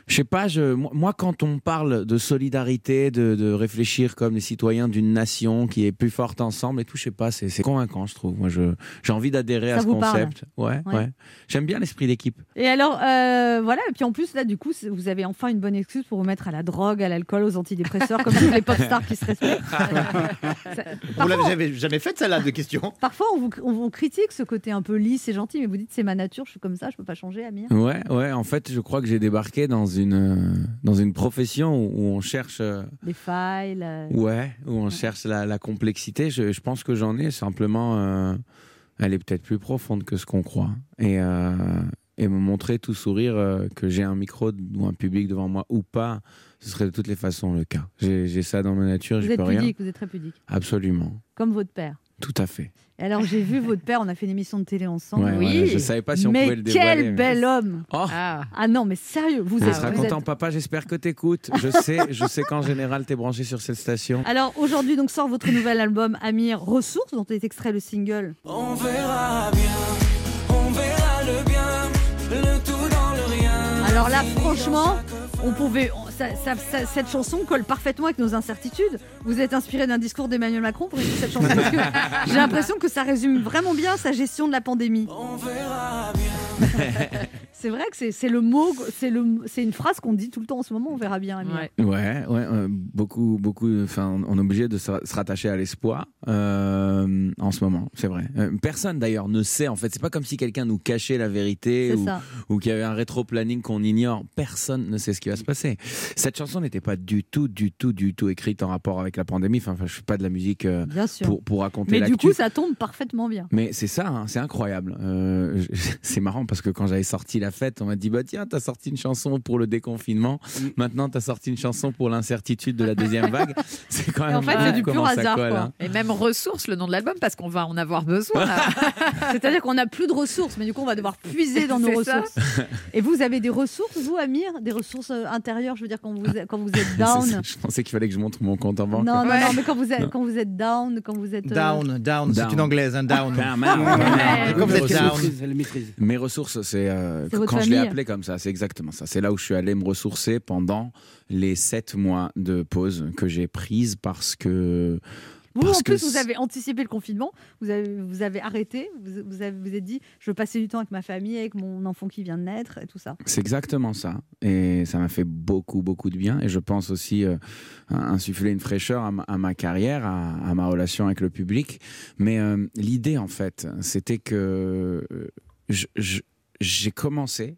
Speaker 12: je sais pas, je, moi, moi, quand on parle de solidarité, de, de réfléchir comme les citoyens d'une nation qui est plus forte ensemble et tout, je sais pas, c'est c'est convaincant, je trouve. Moi, je- j'ai envie d'adhérer
Speaker 2: Ça
Speaker 12: à ce
Speaker 2: vous parle.
Speaker 12: concept. Ouais,
Speaker 2: Ouais.
Speaker 12: ouais. J'aime bien l'esprit d'équipe.
Speaker 2: Et alors, euh, voilà, et puis en plus, là, du coup, c'est- vous avez enfin une bonne excuse pour vous mettre à la drogue, à l'alcool, aux antidépresseurs, comme tous les pop stars qui se respectent. Ça-
Speaker 5: Vous l'avez
Speaker 2: parfois,
Speaker 5: jamais, jamais fait celle-là de question
Speaker 2: parfois, on vous, on vous critique ce côté un peu lisse et gentil, mais vous dites c'est ma nature, je suis comme ça, je peux pas changer, Amir.
Speaker 12: Ouais, ouais. En fait, je crois que j'ai débarqué dans une, euh, dans une profession où, où on cherche. euh,
Speaker 2: Les failles, la-
Speaker 12: Ouais, où on cherche la, la complexité. Je, je pense que j'en ai, simplement, euh, elle est peut-être plus profonde que ce qu'on croit. Et, euh, et me montrer tout sourire euh, que j'ai un micro ou un public devant moi ou pas, ce serait de toutes les façons le cas. J'ai j'ai ça dans ma nature,
Speaker 2: vous
Speaker 12: j'y
Speaker 2: êtes
Speaker 12: peux rien.
Speaker 2: pudique, vous êtes très pudique,
Speaker 12: Absolument.
Speaker 2: comme votre père.
Speaker 12: Tout à fait.
Speaker 2: Alors j'ai vu votre père, on a fait une émission de télé ensemble.
Speaker 12: Ouais, Oui. ouais, je savais pas si on
Speaker 2: mais
Speaker 12: pouvait le
Speaker 2: quel
Speaker 12: dévoiler, mais-
Speaker 2: bel homme
Speaker 12: Oh.
Speaker 2: ah. non, mais sérieux, vous
Speaker 12: Il
Speaker 2: êtes...
Speaker 12: sera
Speaker 2: vous
Speaker 12: content,
Speaker 2: êtes-
Speaker 12: papa. J'espère que t'écoutes. Je sais, je sais qu'en général, t'es branché sur cette station.
Speaker 2: Alors aujourd'hui, donc sort votre nouvel album Amir Ressources, dont est extrait le single.
Speaker 6: On verra bien, on verra le bien, le tout dans le rien.
Speaker 2: Alors là, franchement, on pouvait. on- ça- ça- ça- cette chanson colle parfaitement avec nos incertitudes. Vous êtes inspiré d'un discours d'Emmanuel Macron pour écrire cette chanson parce que j'ai l'impression que ça résume vraiment bien sa gestion de la pandémie. C'est vrai que c'est c'est le mot, c'est le, c'est une phrase qu'on dit tout le temps en ce moment. On verra bien. Amir.
Speaker 12: Ouais, ouais, euh, beaucoup, beaucoup. Enfin, on- on est obligé de se se rattacher à l'espoir euh, en ce moment, c'est vrai. Euh, Personne d'ailleurs ne sait en fait. C'est pas comme si quelqu'un nous cachait la vérité
Speaker 2: C'est
Speaker 12: ou,
Speaker 2: ça.
Speaker 12: ou qu'il y avait un rétro-planning qu'on ignore. Personne ne sait ce qui va se passer. Cette chanson n'était pas du tout, du tout, du tout écrite en rapport avec la pandémie. Enfin, je fais pas de la musique euh,
Speaker 2: Bien sûr.
Speaker 12: pour pour raconter.
Speaker 2: Mais du
Speaker 12: l'actu.
Speaker 2: coup, ça tombe parfaitement bien.
Speaker 12: Mais c'est ça, hein, c'est incroyable. Euh, je- c'est marrant parce que quand j'avais sorti la fête, on m'a dit bah tiens, t'as sorti une chanson pour le déconfinement. Maintenant, t'as sorti une chanson pour l'incertitude de la deuxième vague. C'est quand
Speaker 9: Ah.
Speaker 3: Et
Speaker 12: même
Speaker 3: en fait,
Speaker 12: marrant
Speaker 3: c'est du
Speaker 12: comment
Speaker 3: pur
Speaker 12: ça
Speaker 3: hasard.
Speaker 12: colle,
Speaker 3: quoi.
Speaker 12: hein.
Speaker 3: Et même ressources, le nom de l'album, parce qu'on va en avoir besoin.
Speaker 2: C'est-à-dire qu'on n'a plus de ressources, mais du coup, on va devoir puiser dans nos
Speaker 3: C'est ça.
Speaker 2: ressources. Et vous avez des ressources, vous, Amir Des ressources euh, intérieures, je veux dire, quand vous, êtes- quand vous êtes
Speaker 12: C'est ça,
Speaker 2: down
Speaker 12: je pensais qu'il fallait que je montre mon compte en
Speaker 2: Non,
Speaker 12: banque.
Speaker 2: non, non, mais quand vous, êtes, quand vous êtes down, quand vous êtes. euh,
Speaker 12: Down, down, c'est une anglaise,
Speaker 13: hein,
Speaker 12: un down.
Speaker 4: Ah,
Speaker 12: Ah,
Speaker 4: Quand vous êtes down.
Speaker 12: Mes ressources, c'est euh,
Speaker 4: C'est votre
Speaker 12: quand je l'ai
Speaker 4: famille.
Speaker 12: appelé comme ça, c'est exactement ça. C'est là où je suis allé me ressourcer pendant les sept mois de pause que j'ai prise parce que.
Speaker 2: Vous,
Speaker 12: parce
Speaker 2: en
Speaker 12: que
Speaker 2: plus, vous avez anticipé le confinement, vous avez, vous avez arrêté, vous vous avez, vous êtes dit, je veux passer du temps avec ma famille, avec mon enfant qui vient de naître, et tout ça.
Speaker 12: C'est exactement ça. Et ça m'a fait beaucoup, beaucoup de bien. Et je pense aussi euh, insuffler une fraîcheur à ma, à ma carrière, à, à ma relation avec le public. Mais euh, l'idée, en fait, c'était que euh, je- je- j'ai commencé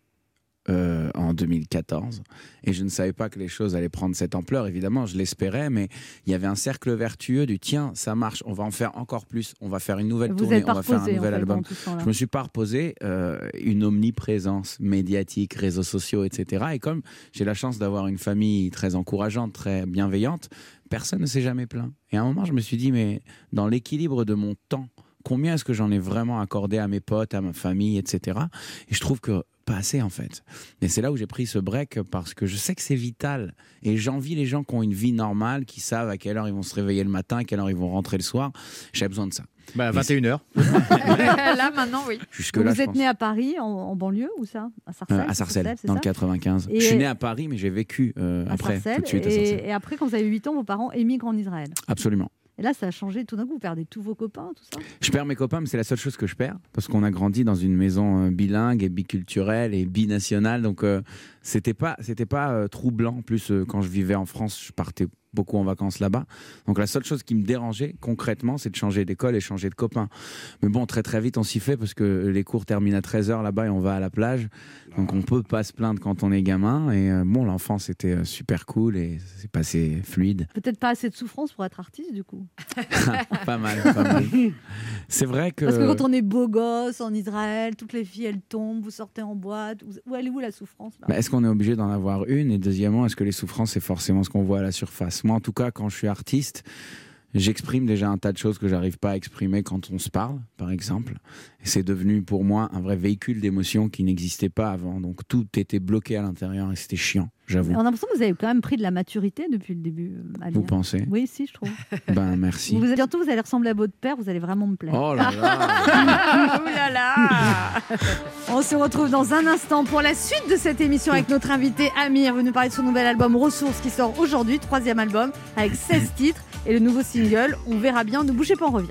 Speaker 12: euh, en 2014 et je ne savais pas que les choses allaient prendre cette ampleur évidemment je l'espérais mais il y avait un cercle vertueux du tiens ça marche on va en faire encore plus on va faire une nouvelle
Speaker 13: Vous
Speaker 12: tournée
Speaker 13: êtes
Speaker 12: on
Speaker 13: pas
Speaker 12: va faire un
Speaker 13: reposé, en
Speaker 12: nouvel
Speaker 13: fait,
Speaker 12: album
Speaker 2: hein,
Speaker 13: pendant tout ce temps-là.
Speaker 12: je me suis pas reposé euh, une omniprésence médiatique réseaux sociaux etc et comme j'ai la chance d'avoir une famille très encourageante très bienveillante personne ne s'est jamais plaint et à un moment je me suis dit mais dans l'équilibre de mon temps combien est-ce que j'en ai vraiment accordé à mes potes, à ma famille, etc. Et je trouve que pas assez en fait. Et c'est là où j'ai pris ce break parce que je sais que c'est vital et j'envie les gens qui ont une vie normale, qui savent à quelle heure ils vont se réveiller le matin, à quelle heure ils vont rentrer le soir. J'ai besoin de ça.
Speaker 13: Bah,
Speaker 12: 21h.
Speaker 2: là, maintenant, oui.
Speaker 12: Jusque-là,
Speaker 2: vous
Speaker 12: je
Speaker 2: êtes
Speaker 12: pense. Euh,
Speaker 2: né à Paris, en, en banlieue, ou ça À Sarcelles
Speaker 12: à
Speaker 2: c'est
Speaker 12: Sarcelles,
Speaker 2: c'est
Speaker 12: dans le
Speaker 2: ça
Speaker 12: 95.
Speaker 2: Et-
Speaker 12: Je suis né à Paris, mais j'ai vécu euh,
Speaker 2: À
Speaker 12: après,
Speaker 2: Sarcelles,
Speaker 12: tout de suite à Sarcelles.
Speaker 2: et, et après, quand vous avez 8 ans, vos parents émigrent en Israël.
Speaker 12: Absolument.
Speaker 2: Et là, ça a changé tout d'un coup. Vous perdez tous vos copains, tout ça.
Speaker 12: Je perds mes copains, mais c'est la seule chose que je perds parce qu'on a grandi dans une maison euh, bilingue et biculturelle et binationale, donc euh, c'était pas c'était pas euh, troublant. En plus, euh, quand je vivais en France, je partais beaucoup en vacances là-bas. Donc la seule chose qui me dérangeait concrètement, c'est de changer d'école et changer de copains. Mais bon, très très vite, on s'y fait parce que les cours terminent à 13h là-bas et on va à la plage. Donc on peut pas se plaindre quand on est gamin. Et euh, bon, l'enfance c'était euh, super cool et c'est passé fluide.
Speaker 2: Peut-être pas assez de souffrance pour être artiste, du coup.
Speaker 12: pas mal, pas mal. C'est vrai que...
Speaker 2: Parce que quand on est beau gosse en Israël, toutes les filles elles tombent, vous sortez en boîte. vous- Où elle est où la souffrance là
Speaker 12: Bah, est-ce qu'on est obligé d'en avoir une Et deuxièmement, est-ce que les souffrances, c'est forcément ce qu'on voit à la surface Moi, en tout cas, quand je suis artiste, j'exprime déjà un tas de choses que j'arrive pas à exprimer quand on se parle, par exemple. Et c'est devenu pour moi un vrai véhicule d'émotion qui n'existait pas avant. Donc tout était bloqué à l'intérieur et c'était chiant, j'avoue.
Speaker 2: On a l'impression que vous avez quand même pris de la maturité depuis le début. euh, Amir.
Speaker 12: Vous pensez
Speaker 2: Oui, si, je trouve.
Speaker 12: Ben merci.
Speaker 2: Vous, bientôt, vous allez ressembler à votre père, vous allez vraiment me plaire.
Speaker 12: Oh là là
Speaker 2: On se retrouve dans un instant pour la suite de cette émission avec notre invité Amir. Vous nous parler de son nouvel album Ressources qui sort aujourd'hui, troisième album, avec 16 titres et le nouveau single On verra bien, ne bougez pas, on revient.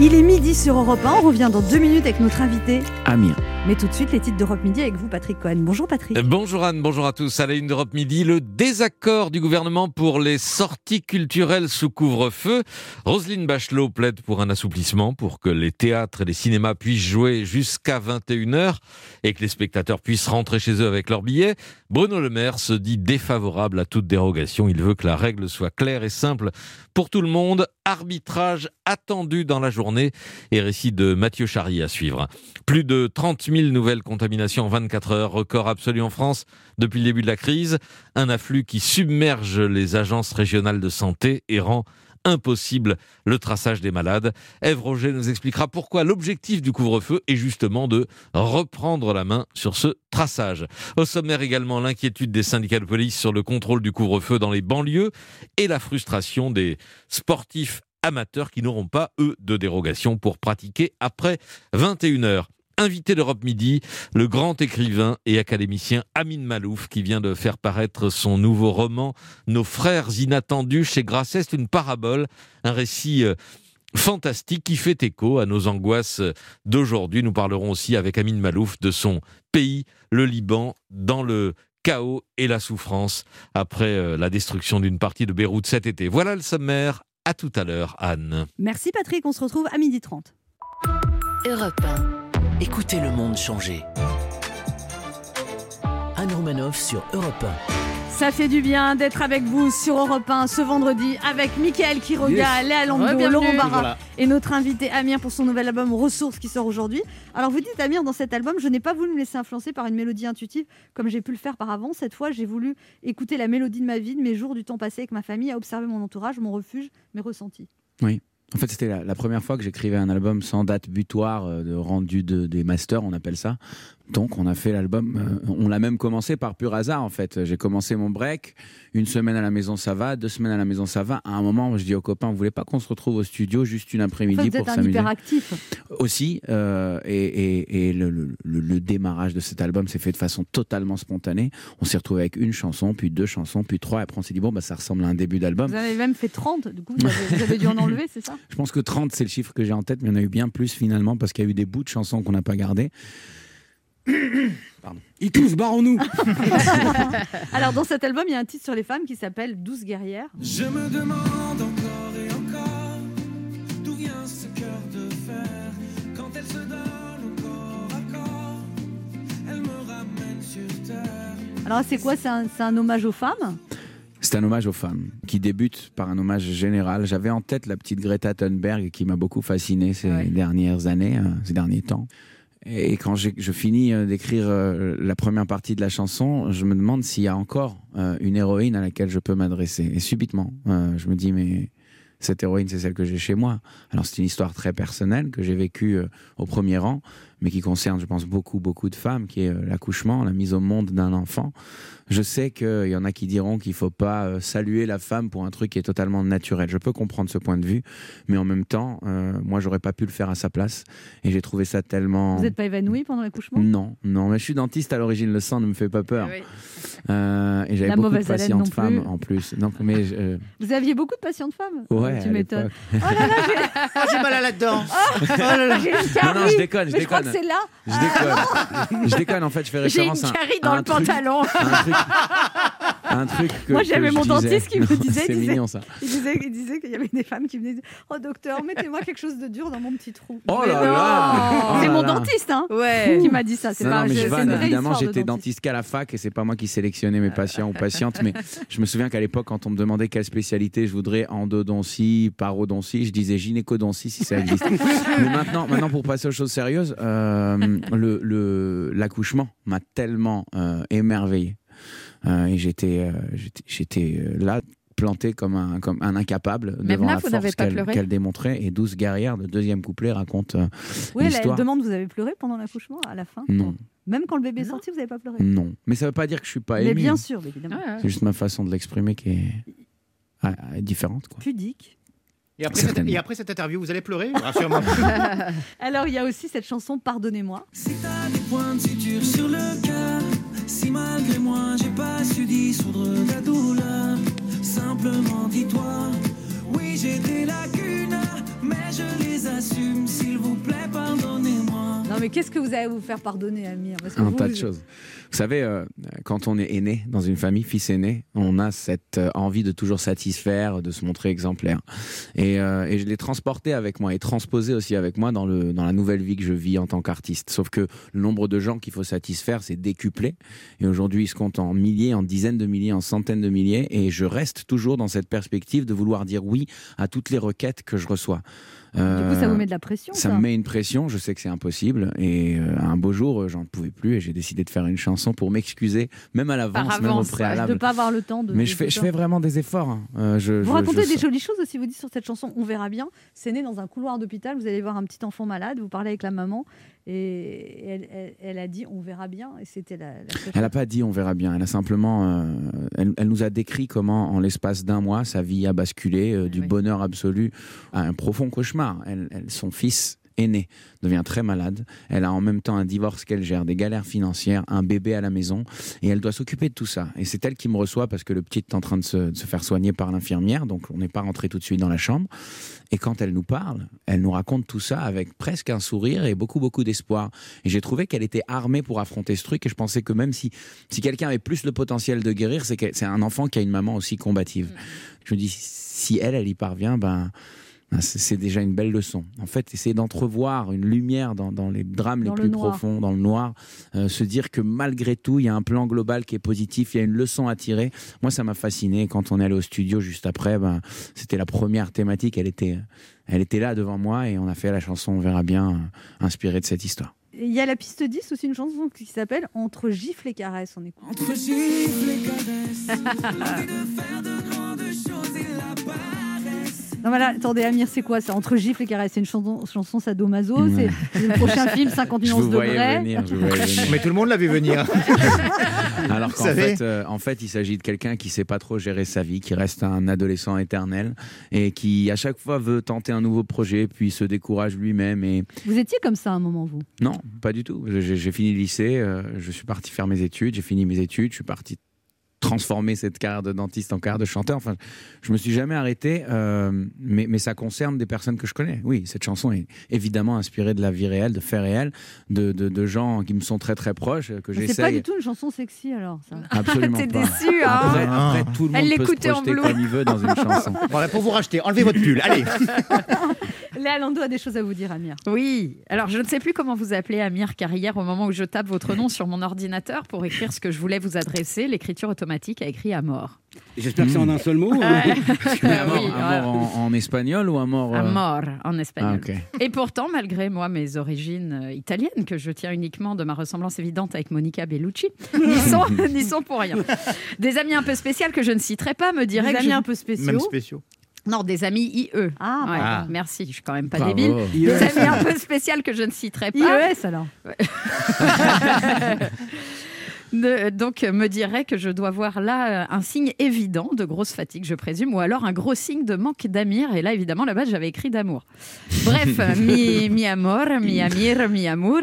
Speaker 2: Il est midi sur Europe 1, on revient dans deux minutes avec notre invité.
Speaker 12: Amir. Euh,
Speaker 2: Mais tout de suite, les titres d'Europe Midi avec vous, Patrick Cohen. Bonjour Patrick.
Speaker 14: Euh, Bonjour Anne, bonjour à tous. À la une d'Europe Midi, le désaccord du gouvernement pour les sorties culturelles sous couvre-feu. Roselyne Bachelot plaide pour un assouplissement pour que les théâtres et les cinémas puissent jouer jusqu'à 21h et que les spectateurs puissent rentrer chez eux avec leurs billets. Bruno Le Maire se dit défavorable à toute dérogation. Il veut que la règle soit claire et simple pour tout le monde. Arbitrage attendu dans la journée et récit de Mathieu Charrier à suivre. Plus de 30 000 nouvelles contaminations en 24 heures, record absolu en France depuis le début de la crise, un afflux qui submerge les agences régionales de santé et rend impossible le traçage des malades. Ève Roger nous expliquera pourquoi l'objectif du couvre-feu est justement de reprendre la main sur ce traçage. Au sommaire également l'inquiétude des syndicats de police sur le contrôle du couvre-feu dans les banlieues et la frustration des sportifs amateurs qui n'auront pas, eux, de dérogation pour pratiquer après 21h. Invité d'Europe Midi, le grand écrivain et académicien Amine Malouf qui vient de faire paraître son nouveau roman Nos frères inattendus chez Grasset, C'est une parabole, un récit euh, fantastique qui fait écho à nos angoisses d'aujourd'hui. Nous parlerons aussi avec Amine Malouf de son pays, le Liban, dans le chaos et la souffrance après euh, la destruction d'une partie de Beyrouth cet été. Voilà le sommaire. À tout à l'heure, Anne.
Speaker 2: Merci Patrick, on se retrouve à 12h30.
Speaker 1: Europe Écoutez le monde changer. Anne Romanoff sur Europe
Speaker 2: Ça fait du bien d'être avec vous sur Europe 1 ce vendredi avec Mickaël Quiroga,
Speaker 1: Yes.
Speaker 2: Léa Lambeau,
Speaker 1: Re-bienvenue.
Speaker 2: Laurent Barra
Speaker 1: Voilà.
Speaker 2: et notre invité Amir pour son nouvel album Ressources qui sort aujourd'hui. Alors vous dites Amir dans cet album, je n'ai pas voulu me laisser influencer par une mélodie intuitive comme j'ai pu le faire par avant. Cette fois, j'ai voulu écouter la mélodie de ma vie, de mes jours, du temps passé avec ma famille, à observer mon entourage, mon refuge, mes ressentis.
Speaker 12: Oui. En fait, c'était la, la première fois que j'écrivais un album sans date butoir euh, de rendu de- des masters, on appelle ça. Donc, on a fait l'album. euh, on l'a même commencé par pur hasard, en fait. J'ai commencé mon break. Une semaine à la maison, ça va. Deux semaines à la maison, ça va. À un moment, je dis aux copains, vous voulez pas qu'on se retrouve au studio juste une
Speaker 2: En
Speaker 12: après-midi
Speaker 2: fait, vous
Speaker 12: pour
Speaker 2: êtes un
Speaker 12: s'amuser
Speaker 2: hyperactif.
Speaker 12: aussi. euh, et et- et le, le- le- le démarrage de cet album s'est fait de façon totalement spontanée. On s'est retrouvé avec une chanson, puis deux chansons, puis trois. Et après, on s'est dit, bon, bah, ça ressemble à un début d'album.
Speaker 2: Vous avez même fait 30, du coup vous avez, vous avez dû en enlever, c'est ça
Speaker 12: Je pense que 30, c'est le chiffre que j'ai en tête, mais il y en a eu bien plus finalement, parce qu'il y a eu des bouts de chansons qu'on n'a pas gardés. Pardon.
Speaker 4: Ils tous, barrons-nous
Speaker 2: Alors dans cet album, il y a un titre sur les femmes qui s'appelle 12 guerrières.
Speaker 6: Je me demande encore et encore d'où vient ce cœur de fer. Quand elle se donne au corps à corps, elle me ramène sur terre.
Speaker 2: Alors c'est quoi C'est un, c'est un hommage aux femmes
Speaker 12: C'est un hommage aux femmes, qui débute par un hommage général. J'avais en tête la petite Greta Thunberg, qui m'a beaucoup fasciné ces dernières années, euh, ces derniers temps. Et quand j'ai- je finis euh, d'écrire euh, la première partie de la chanson, je me demande s'il y a encore euh, une héroïne à laquelle je peux m'adresser. Et subitement, euh, je me dis, mais cette héroïne, c'est celle que j'ai chez moi. Alors c'est une histoire très personnelle que j'ai vécue euh, au premier rang, mais qui concerne, je pense, beaucoup, beaucoup de femmes, qui est euh, l'accouchement, la mise au monde d'un enfant. Je sais qu'il y en a qui diront qu'il ne faut pas euh, saluer la femme pour un truc qui est totalement naturel. Je peux comprendre ce point de vue, mais en même temps, euh, moi, j'aurais pas pu le faire à sa place, et j'ai trouvé ça tellement...
Speaker 2: Vous n'êtes pas évanoui pendant l'accouchement
Speaker 12: Non, non, mais je suis dentiste à l'origine, le sang ne me fait pas peur.
Speaker 2: Ah oui.
Speaker 12: Euh, et j'avais
Speaker 2: La
Speaker 12: beaucoup de
Speaker 2: mauvaise haleine non
Speaker 12: patientes
Speaker 2: plus.
Speaker 12: femmes en plus. Non, mais je- euh,
Speaker 2: Vous aviez beaucoup de patientes femmes
Speaker 12: Ouais,
Speaker 2: Tu
Speaker 12: à
Speaker 2: m'étonnes.
Speaker 12: l'époque.
Speaker 2: Oh là là, j'ai-
Speaker 11: Ah, j'ai mal à la dent.
Speaker 2: Oh,
Speaker 12: là là.
Speaker 2: J'ai une
Speaker 12: Non, non,
Speaker 2: carie.
Speaker 12: je déconne, je
Speaker 2: Mais je crois que
Speaker 12: déconne.
Speaker 2: c'est là.
Speaker 12: je déconne. je déconne, en fait, je fais
Speaker 2: J'ai une
Speaker 12: référence à.
Speaker 2: carie
Speaker 12: à
Speaker 2: dans
Speaker 12: un
Speaker 2: le
Speaker 12: truc-
Speaker 2: pantalon.
Speaker 12: un truc- un truc que-
Speaker 2: Moi
Speaker 12: que
Speaker 2: j'avais
Speaker 12: je
Speaker 2: mon
Speaker 12: disais.
Speaker 2: dentiste qui me
Speaker 12: Non,
Speaker 2: disait,
Speaker 12: C'est
Speaker 2: il disait-
Speaker 12: mignon ça.
Speaker 2: Il disait, il disait qu'il y avait des femmes qui venaient dire Oh docteur, mettez-moi quelque chose de dur dans mon petit trou.
Speaker 12: Oh
Speaker 2: Mais
Speaker 12: là
Speaker 2: non
Speaker 12: là Oh
Speaker 2: C'est
Speaker 12: là
Speaker 2: mon
Speaker 12: là.
Speaker 2: dentiste hein, ouais. qui m'a dit ça. C'est
Speaker 12: Non,
Speaker 2: pas
Speaker 12: non, mais
Speaker 2: je-
Speaker 12: je
Speaker 2: c'est
Speaker 12: vanne,
Speaker 2: une vraie
Speaker 12: évidemment,
Speaker 2: histoire de
Speaker 12: j'étais
Speaker 2: dentiste. Ah.
Speaker 12: dentiste qu'à la fac et c'est pas moi qui sélectionnais mes patients ou patientes, mais je me souviens qu'à l'époque, quand on me demandait quelle spécialité je voudrais, endodontie, parodontie, je disais gynécodontie si ça existe. mais maintenant, maintenant, pour passer aux choses sérieuses, euh, le- le- l'accouchement m'a tellement euh, émerveillé. Euh, et j'étais euh, j'étais- j'étais euh, là planté comme un, comme un incapable devant
Speaker 2: là,
Speaker 12: la
Speaker 2: vous n'avez
Speaker 12: force
Speaker 2: pas
Speaker 12: qu'elle
Speaker 2: pleuré
Speaker 12: qu'elle démontrait et 12 guerrières le deuxième couplet raconte euh,
Speaker 2: Oui, elle- elle
Speaker 12: l'histoire
Speaker 2: demande Vous avez pleuré pendant l'accouchement à la fin
Speaker 12: non
Speaker 2: Même quand le bébé est sorti, vous n'avez pas pleuré
Speaker 12: non, mais ça veut pas dire que je suis pas
Speaker 2: Mais
Speaker 12: ému.
Speaker 2: bien sûr, mais évidemment.
Speaker 12: C'est juste ma façon de l'exprimer qui est ah, ah, différente. Quoi.
Speaker 2: Pudique.
Speaker 13: Et après, cette,
Speaker 12: Certainement.
Speaker 13: et après cette interview, vous allez pleurer Rassure-moi.
Speaker 2: Alors, il y a aussi cette chanson Pardonnez-moi.
Speaker 6: T'as des pointes si dures sur le cœur. Si malgré moi j'ai pas su dissoudre la douleur, simplement dis-toi, oui j'ai des lacunes, mais je les assume, s'il vous plaît, pardonnez-moi.
Speaker 2: Non, mais qu'est-ce que vous allez vous faire pardonner, Amir Parce que
Speaker 12: Un
Speaker 2: vous,
Speaker 12: tas de
Speaker 2: vous-
Speaker 12: choses. Vous savez, euh, quand on est aîné dans une famille, fils aîné, on a cette euh, envie de toujours satisfaire, de se montrer exemplaire. Et, euh, et je l'ai transporté avec moi et transposé aussi avec moi dans, le, dans la nouvelle vie que je vis en tant qu'artiste. Sauf que le nombre de gens qu'il faut satisfaire, c'est décuplé. Et aujourd'hui, il se compte en milliers, en dizaines de milliers, en centaines de milliers. Et je reste toujours dans cette perspective de vouloir dire oui à toutes les requêtes que je reçois.
Speaker 2: Du coup, ça vous met de la pression,
Speaker 12: Euh, Ça
Speaker 2: ça.
Speaker 12: me met une pression, je sais que c'est impossible, horrible. Et euh, un beau jour, euh, j'en pouvais plus et j'ai décidé de faire une chanson pour m'excuser, même à l'avance,
Speaker 2: Par
Speaker 12: même au
Speaker 2: avance, ouais, de
Speaker 12: préalable.
Speaker 2: ne pas avoir le temps de.
Speaker 12: Ah, Mais je fais, je fais vraiment des efforts. hein. Euh, je-
Speaker 2: Vous
Speaker 12: je-
Speaker 2: racontez
Speaker 12: je
Speaker 2: des
Speaker 12: sors-
Speaker 2: jolies choses aussi. Vous dites sur cette chanson, on verra bien. C'est né dans un couloir d'hôpital. Vous allez voir un petit enfant malade. Vous parlez avec la maman et elle, elle- elle a dit, on verra bien. Et c'était la. la seule
Speaker 12: Elle n'a pas dit on verra bien. Elle a simplement, euh, elle, elle nous a décrit comment, en l'espace d'un mois, sa vie a basculé euh, du bonheur absolu à un profond cauchemar. Elle, elle- son fils aîné devient très malade. Elle a en même temps un divorce qu'elle gère, des galères financières, un bébé à la maison, et elle doit s'occuper de tout ça. Et c'est elle qui me reçoit parce que le petit est en train de se, de se faire soigner par l'infirmière, donc on n'est pas rentré tout de suite dans la chambre. Et quand elle nous parle, elle nous raconte tout ça avec presque un sourire et beaucoup, beaucoup d'espoir. Et j'ai trouvé qu'elle était armée pour affronter ce truc. Et je pensais que même si, si quelqu'un avait plus le potentiel de guérir, c'est que c'est un enfant qui a une maman aussi combative. Je me dis, si elle, elle y parvient, ben. ben, C'est c'est déjà une belle leçon. En fait, essayer d'entrevoir une lumière dans, dans les drames
Speaker 2: Dans
Speaker 12: les
Speaker 2: le
Speaker 12: plus
Speaker 2: noir.
Speaker 12: profonds, dans le noir, euh, se dire que malgré tout, il y a un plan global qui est positif, il y a une leçon à tirer. Moi, ça m'a fasciné. Quand on est allé au studio juste après, ben, c'était la première thématique. Elle était, elle était là devant moi et on a fait la chanson On verra bien, euh, inspirée de cette histoire.
Speaker 2: Et Il y a la piste 10 aussi, une chanson qui s'appelle Entre gifles et caresses. On écoute.
Speaker 6: Entre gifles et caresses, l'envie de faire de grandes choses et la paresse.
Speaker 2: Non, mais là, attendez, Amir, c'est quoi C'est Entre gifles et caresses. C'est une chanson, chanson sadomaso.
Speaker 6: Ouais.
Speaker 2: C'est le prochain film, 50
Speaker 12: Je
Speaker 2: nuances
Speaker 12: vous
Speaker 2: de
Speaker 12: voyais
Speaker 2: Grey.
Speaker 12: venir, je vous voyais venir.
Speaker 13: Mais tout le monde l'a vu venir.
Speaker 12: Alors
Speaker 13: Vous
Speaker 12: qu'en
Speaker 13: savez.
Speaker 12: fait, euh, en fait, il s'agit de quelqu'un qui sait pas trop gérer sa vie, qui reste un adolescent éternel et qui à chaque fois veut tenter un nouveau projet, puis se décourage lui-même. Et
Speaker 2: Vous étiez comme ça à un moment, vous
Speaker 12: non, pas du tout. J'ai- J'ai fini le lycée, euh, je suis parti faire mes études, j'ai fini mes études, je suis parti transformer cette carrière de dentiste en carrière de chanteur. Enfin, je me suis jamais arrêté, euh, mais, mais ça concerne des personnes que je connais. Oui, cette chanson est évidemment inspirée de la vie réelle, de faits réels, de, de, de gens qui me sont très très proches, que
Speaker 2: Mais C'est pas
Speaker 12: j'essaye.
Speaker 2: du tout une chanson sexy alors. Ça.
Speaker 12: Absolument pas.
Speaker 3: hein.
Speaker 12: Après, après, tout le monde
Speaker 2: Elle
Speaker 12: peut se
Speaker 2: l'écoutait en
Speaker 12: projeter
Speaker 2: bleu.
Speaker 12: comme il veut dans une chanson.
Speaker 13: Voilà, pour vous racheter, enlevez votre pull, allez
Speaker 2: Léa Lando a des choses à vous dire, Amir.
Speaker 3: Oui, alors je ne sais plus comment vous appelez Amir car hier, au moment où je tape votre nom sur mon ordinateur pour écrire ce que je voulais vous adresser, l'écriture automatique a écrit à mort.
Speaker 4: J'espère que c'est en un seul mot.
Speaker 3: Ouais.
Speaker 12: Mais
Speaker 2: Ah
Speaker 12: un mort,
Speaker 3: Oui,
Speaker 12: un mort en, en espagnol ou un mort
Speaker 3: À
Speaker 12: euh,
Speaker 3: mort en espagnol.
Speaker 12: Ah, ok.
Speaker 3: Et pourtant, malgré moi, mes origines euh, italiennes, que je tiens uniquement de ma ressemblance évidente avec Monica Bellucci, n'y sont, n'y sont pour rien. Des amis un peu spéciaux que je ne citerai pas me diraient
Speaker 2: Des
Speaker 3: que
Speaker 2: amis
Speaker 3: je-
Speaker 2: un peu spéciaux Même spéciaux.
Speaker 3: Non, des amis IE. Ah,
Speaker 2: pardon.
Speaker 3: merci, je suis quand même pas
Speaker 2: Bravo.
Speaker 3: débile. Des
Speaker 2: IES.
Speaker 3: amis un peu spéciaux que je ne citerai pas.
Speaker 2: IES E alors.
Speaker 3: Ne- donc euh, me dirait que je dois voir là euh, un signe évident de grosse fatigue, je présume, ou alors un gros signe de manque d'amir. Et là, évidemment, là-bas, j'avais écrit d'amour. Bref, euh, mi, mi amor, mi amir, mi amour.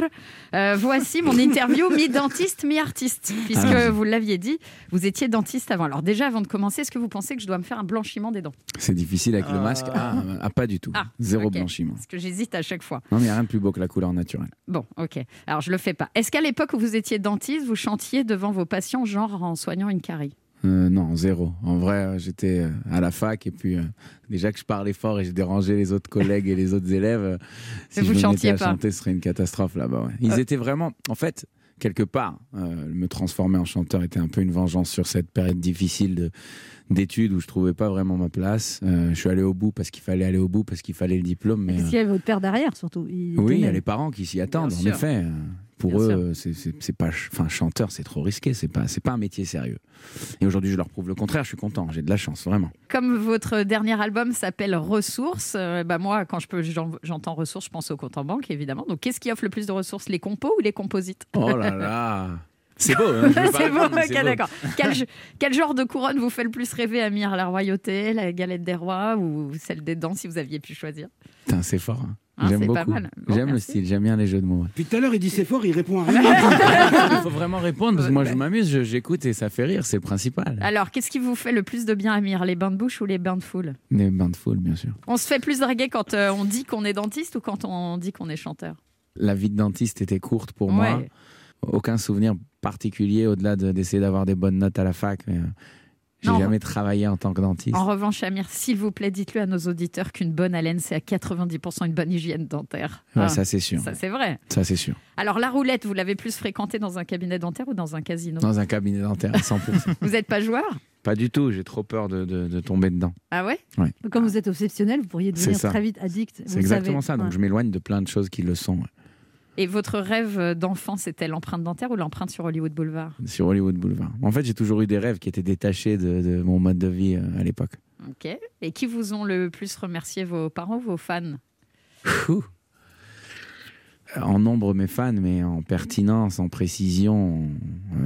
Speaker 3: Euh, voici mon interview mi-dentiste, mi-artiste, puisque
Speaker 12: Ah.
Speaker 3: vous l'aviez dit, vous étiez dentiste avant. Alors déjà, avant de commencer, est-ce que vous pensez que je dois me faire un blanchiment des dents
Speaker 12: C'est difficile avec le masque. Ah, ah, pas du tout.
Speaker 3: Ah,
Speaker 12: Zéro
Speaker 3: ok.
Speaker 12: blanchiment.
Speaker 3: Parce que j'hésite à chaque fois.
Speaker 12: Non, mais il n'y a rien de plus beau que la couleur naturelle.
Speaker 3: Bon, ok. Alors, je le fais pas. Est-ce qu'à l'époque où vous étiez dentiste, vous chantiez devant vos patients, genre en soignant une carie
Speaker 12: Euh, non, zéro. En vrai, euh, j'étais euh, à la fac et puis euh, déjà que je parlais fort et je dérangeais les autres collègues et les autres élèves, euh, si
Speaker 3: vous
Speaker 12: je me mettais
Speaker 3: chantiez
Speaker 12: à
Speaker 3: pas.
Speaker 12: chanter, ce serait une catastrophe là-bas. ouais. Ils
Speaker 3: Euh.
Speaker 12: étaient vraiment, en fait, quelque part, euh, me transformer en chanteur était un peu une vengeance sur cette période difficile de- d'études où je trouvais pas vraiment ma place. Euh, je suis allé au bout parce qu'il fallait aller au bout, parce qu'il fallait le diplôme. Mais, euh,
Speaker 2: Parce qu'il y avait votre père derrière surtout. Il
Speaker 12: oui, il y
Speaker 2: tenait.
Speaker 12: a les parents qui s'y attendent,
Speaker 2: Bien
Speaker 12: en
Speaker 2: sûr.
Speaker 12: effet. Euh, Pour
Speaker 2: Bien
Speaker 12: eux,
Speaker 2: sûr.
Speaker 12: euh, c'est- c'est c'est pas, ch- enfin, chanteur, c'est trop risqué, c'est pas, c'est pas un métier sérieux. Et aujourd'hui, je leur prouve le contraire. Je suis content, j'ai de la chance, vraiment.
Speaker 3: Comme votre dernier album s'appelle Ressources, euh, bah moi, quand je peux, j'en- j'entends Ressources, je pense au compte en banque, évidemment. Donc, qu'est-ce qui offre le plus de ressources, les compos ou les composites
Speaker 12: Oh là là, c'est beau. hein, je veux pas
Speaker 3: c'est beau,
Speaker 12: répondre, mais
Speaker 3: ok,
Speaker 12: c'est beau.
Speaker 3: d'accord. Quel, ge- quel genre de couronne vous fait le plus rêver, Amir La royauté, la galette des rois ou celle des dents, si vous aviez pu choisir
Speaker 12: Putain, c'est fort. hein.
Speaker 3: Hein,
Speaker 12: j'aime
Speaker 3: c'est
Speaker 12: beaucoup.
Speaker 3: pas mal. Bon,
Speaker 12: j'aime le
Speaker 3: merci.
Speaker 12: style, j'aime bien les jeux de mots. ouais.
Speaker 4: Puis tout à l'heure, il dit c'est fort, il répond à rien.
Speaker 12: Il faut vraiment répondre parce que moi, je m'amuse, je- j'écoute et ça fait rire, c'est le principal.
Speaker 3: Alors, qu'est-ce qui vous fait le plus de bien, Amir Les bains de bouche ou les bains de foule
Speaker 12: Les bains de foule, bien sûr.
Speaker 3: On se fait plus draguer quand euh, on dit qu'on est dentiste ou quand on dit qu'on est chanteur
Speaker 12: La vie de dentiste était courte pour
Speaker 3: Ouais.
Speaker 12: moi. Aucun souvenir particulier au-delà de- d'essayer d'avoir des bonnes notes à la fac. mais, euh,
Speaker 3: Non.
Speaker 12: J'ai jamais travaillé en tant que dentiste.
Speaker 3: En revanche, Amir, s'il vous plaît, dites-le à nos auditeurs qu'une bonne haleine, c'est à 90% une bonne hygiène dentaire.
Speaker 12: Ouais,
Speaker 3: Hein,
Speaker 12: ça, c'est sûr.
Speaker 3: Ça, c'est vrai.
Speaker 12: Ça, c'est sûr.
Speaker 3: Alors, la roulette, vous l'avez plus fréquentée dans un cabinet dentaire ou dans un casino
Speaker 12: Dans un cabinet dentaire, à 100%.
Speaker 3: Vous n'êtes pas joueur
Speaker 12: pas du tout, j'ai trop peur de, de- de tomber dedans.
Speaker 3: Ah ouais
Speaker 12: Ouais.
Speaker 2: Comme vous êtes obsessionnel, vous pourriez
Speaker 12: C'est
Speaker 2: devenir
Speaker 12: ça.
Speaker 2: très vite addict. vous
Speaker 12: C'est
Speaker 2: le
Speaker 12: exactement
Speaker 2: savez.
Speaker 12: ça. Donc,
Speaker 2: Ouais.
Speaker 12: je m'éloigne de plein de choses qui le sont. ouais.
Speaker 3: Et votre rêve d'enfant, c'était l'empreinte dentaire ou l'empreinte sur Hollywood Boulevard
Speaker 12: sur Hollywood Boulevard. En fait, j'ai toujours eu des rêves qui étaient détachés de, de mon mode de vie euh, à l'époque.
Speaker 3: Ok. Et qui vous ont le plus remercié, vos parents ou vos fans
Speaker 12: Ouh. En nombre mes fans, mais en pertinence, en précision,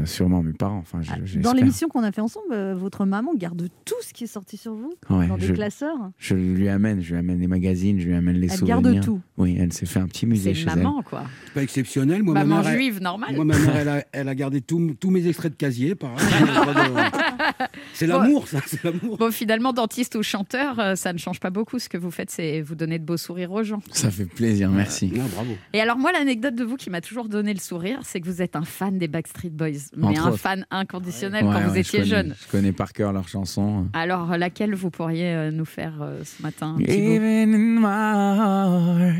Speaker 12: euh, sûrement mes parents. Enfin, je-
Speaker 2: Dans
Speaker 12: j'espère.
Speaker 2: l'émission qu'on a fait ensemble, euh, votre maman garde tout ce qui est sorti sur vous
Speaker 12: Ouais,
Speaker 2: dans des
Speaker 12: je-
Speaker 2: classeurs.
Speaker 12: Je lui amène, je lui amène les magazines, je lui amène les
Speaker 2: Elle
Speaker 12: souvenirs.
Speaker 2: garde tout.
Speaker 12: Oui, elle s'est fait un petit musée chez elle.
Speaker 3: quoi.
Speaker 4: C'est pas exceptionnel.
Speaker 2: Bah,
Speaker 4: Moi,
Speaker 3: Maman
Speaker 4: ma mère, elle-
Speaker 3: juive, normale.
Speaker 4: Moi, ma mère, elle a, elle a gardé tous tous mes extraits de casier, pareil. C'est l'amour, ça, c'est l'amour.
Speaker 3: Bon, finalement, dentiste ou chanteur, euh, ça ne change pas beaucoup. Ce que vous faites, c'est vous donner de beaux sourires aux gens.
Speaker 12: Ça fait plaisir, merci.
Speaker 4: bravo.
Speaker 3: Et alors, moi, l'anecdote de vous qui m'a toujours donné le sourire, c'est que vous êtes un fan des Backstreet Boys, mais
Speaker 12: Entre
Speaker 3: un
Speaker 12: autres.
Speaker 3: fan inconditionnel quand vous étiez
Speaker 12: je connais,
Speaker 3: jeune.
Speaker 12: Je connais par cœur leurs chansons.
Speaker 3: Alors, laquelle vous pourriez euh, nous faire euh, ce matin un petit bout
Speaker 12: Even in my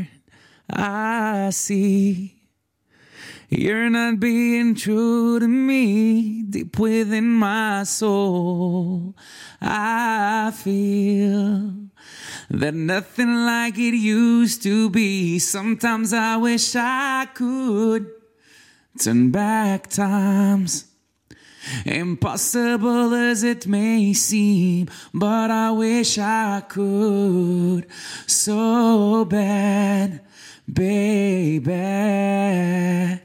Speaker 12: heart, I see you're not being true to me. Deep within my soul, I feel that nothing like it used to be. Sometimes I wish I could turn back times. Impossible as it may seem, but I wish I could so bad, baby.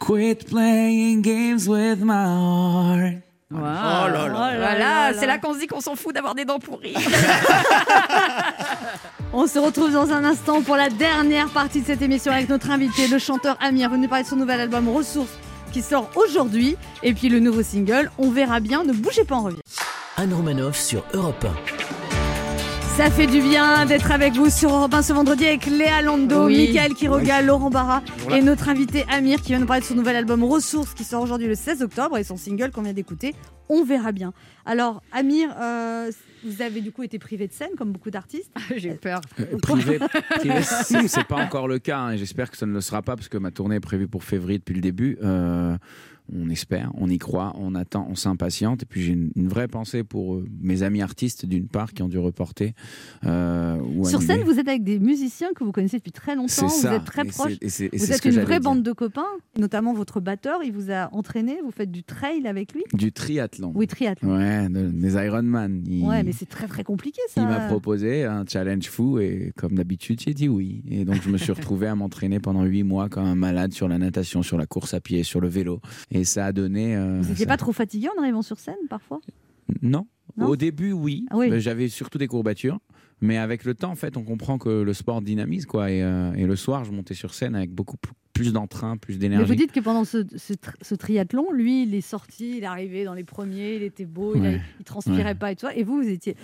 Speaker 12: Quit playing games with my heart.
Speaker 3: Wow.
Speaker 12: Oh là là.
Speaker 3: Voilà, c'est là qu'on se dit qu'on s'en fout d'avoir des dents pourries.
Speaker 2: On se retrouve dans un instant pour la dernière partie de cette émission avec notre invité, le chanteur Amir, venu parler de son nouvel album Ressources qui sort aujourd'hui. Et puis le nouveau single, on verra bien, ne bougez pas, on revient.
Speaker 1: Anne Romanoff sur Europe
Speaker 2: Ça fait du bien d'être avec vous sur Europe 1 ce vendredi avec Léa Lando,
Speaker 1: Oui.
Speaker 2: Mickaël Quiroga, Laurent Barra
Speaker 1: Toujours là.
Speaker 2: et notre invité Amir qui vient nous parler de son nouvel album Ressources qui sort aujourd'hui le 16 octobre et son single qu'on vient d'écouter, On verra bien. Alors Amir, euh, vous avez du coup été privé de scène comme beaucoup d'artistes.
Speaker 3: Ah, J'ai peur.
Speaker 12: Euh, privé, privé, c'est c'est pas encore le cas. hein, et J'espère que ça ne le sera pas parce que ma tournée est prévue pour février depuis le début. Euh, on espère, on y croit, on attend, on s'impatiente. Et puis j'ai une, une vraie pensée pour euh, mes amis artistes d'une part qui ont dû reporter. euh, ou
Speaker 2: Sur
Speaker 12: annuler.
Speaker 2: scène, vous êtes avec des musiciens que vous connaissez depuis très longtemps,
Speaker 12: C'est
Speaker 2: vous
Speaker 12: ça,
Speaker 2: êtes très
Speaker 12: et c'est-
Speaker 2: proches.
Speaker 12: et c'est- et
Speaker 2: Vous
Speaker 12: c'est ce
Speaker 2: êtes
Speaker 12: que
Speaker 2: une
Speaker 12: j'allais
Speaker 2: vraie
Speaker 12: dire.
Speaker 2: bande de copains, notamment votre batteur, il vous a entraîné, vous faites du trail avec lui.
Speaker 12: Du triathlon.
Speaker 2: Oui, triathlon.
Speaker 12: Ouais, de- des Ironman. Il,
Speaker 2: Ouais, mais c'est très très compliqué ça.
Speaker 12: il m'a proposé un challenge fou et comme d'habitude, j'ai dit oui. Et donc je me suis retrouvé à m'entraîner pendant huit mois comme un malade sur la natation, sur la course à pied, sur le vélo. Et ça a donné. euh,
Speaker 2: Vous n'étiez
Speaker 12: ça-
Speaker 2: pas trop fatigué en arrivant sur scène parfois
Speaker 12: Non.
Speaker 2: Non
Speaker 12: Au début, oui. Bah,
Speaker 2: Ah oui.
Speaker 12: Mais J'avais surtout des courbatures. Mais avec le temps, en fait, on comprend que le sport dynamise. quoi. Et, euh, et le soir, je montais sur scène avec beaucoup p- plus d'entrain, plus
Speaker 2: Mais vous
Speaker 12: d'énergie.
Speaker 2: dites que pendant ce, ce tr- ce triathlon, lui, il est sorti, il est arrivé dans les premiers, il était beau, il,
Speaker 12: Ouais.
Speaker 2: a- il transpirait
Speaker 12: Ouais.
Speaker 2: pas et tout ça. Et vous, vous étiez.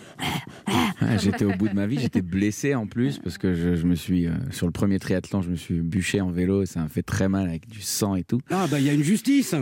Speaker 12: Ah, j'étais au bout de ma vie, j'étais blessé en plus parce que je, je me suis, euh, sur le premier triathlon, je me suis bûché en vélo et ça m'a fait très mal avec du sang et tout.
Speaker 4: Ah, bah, il y a une justice.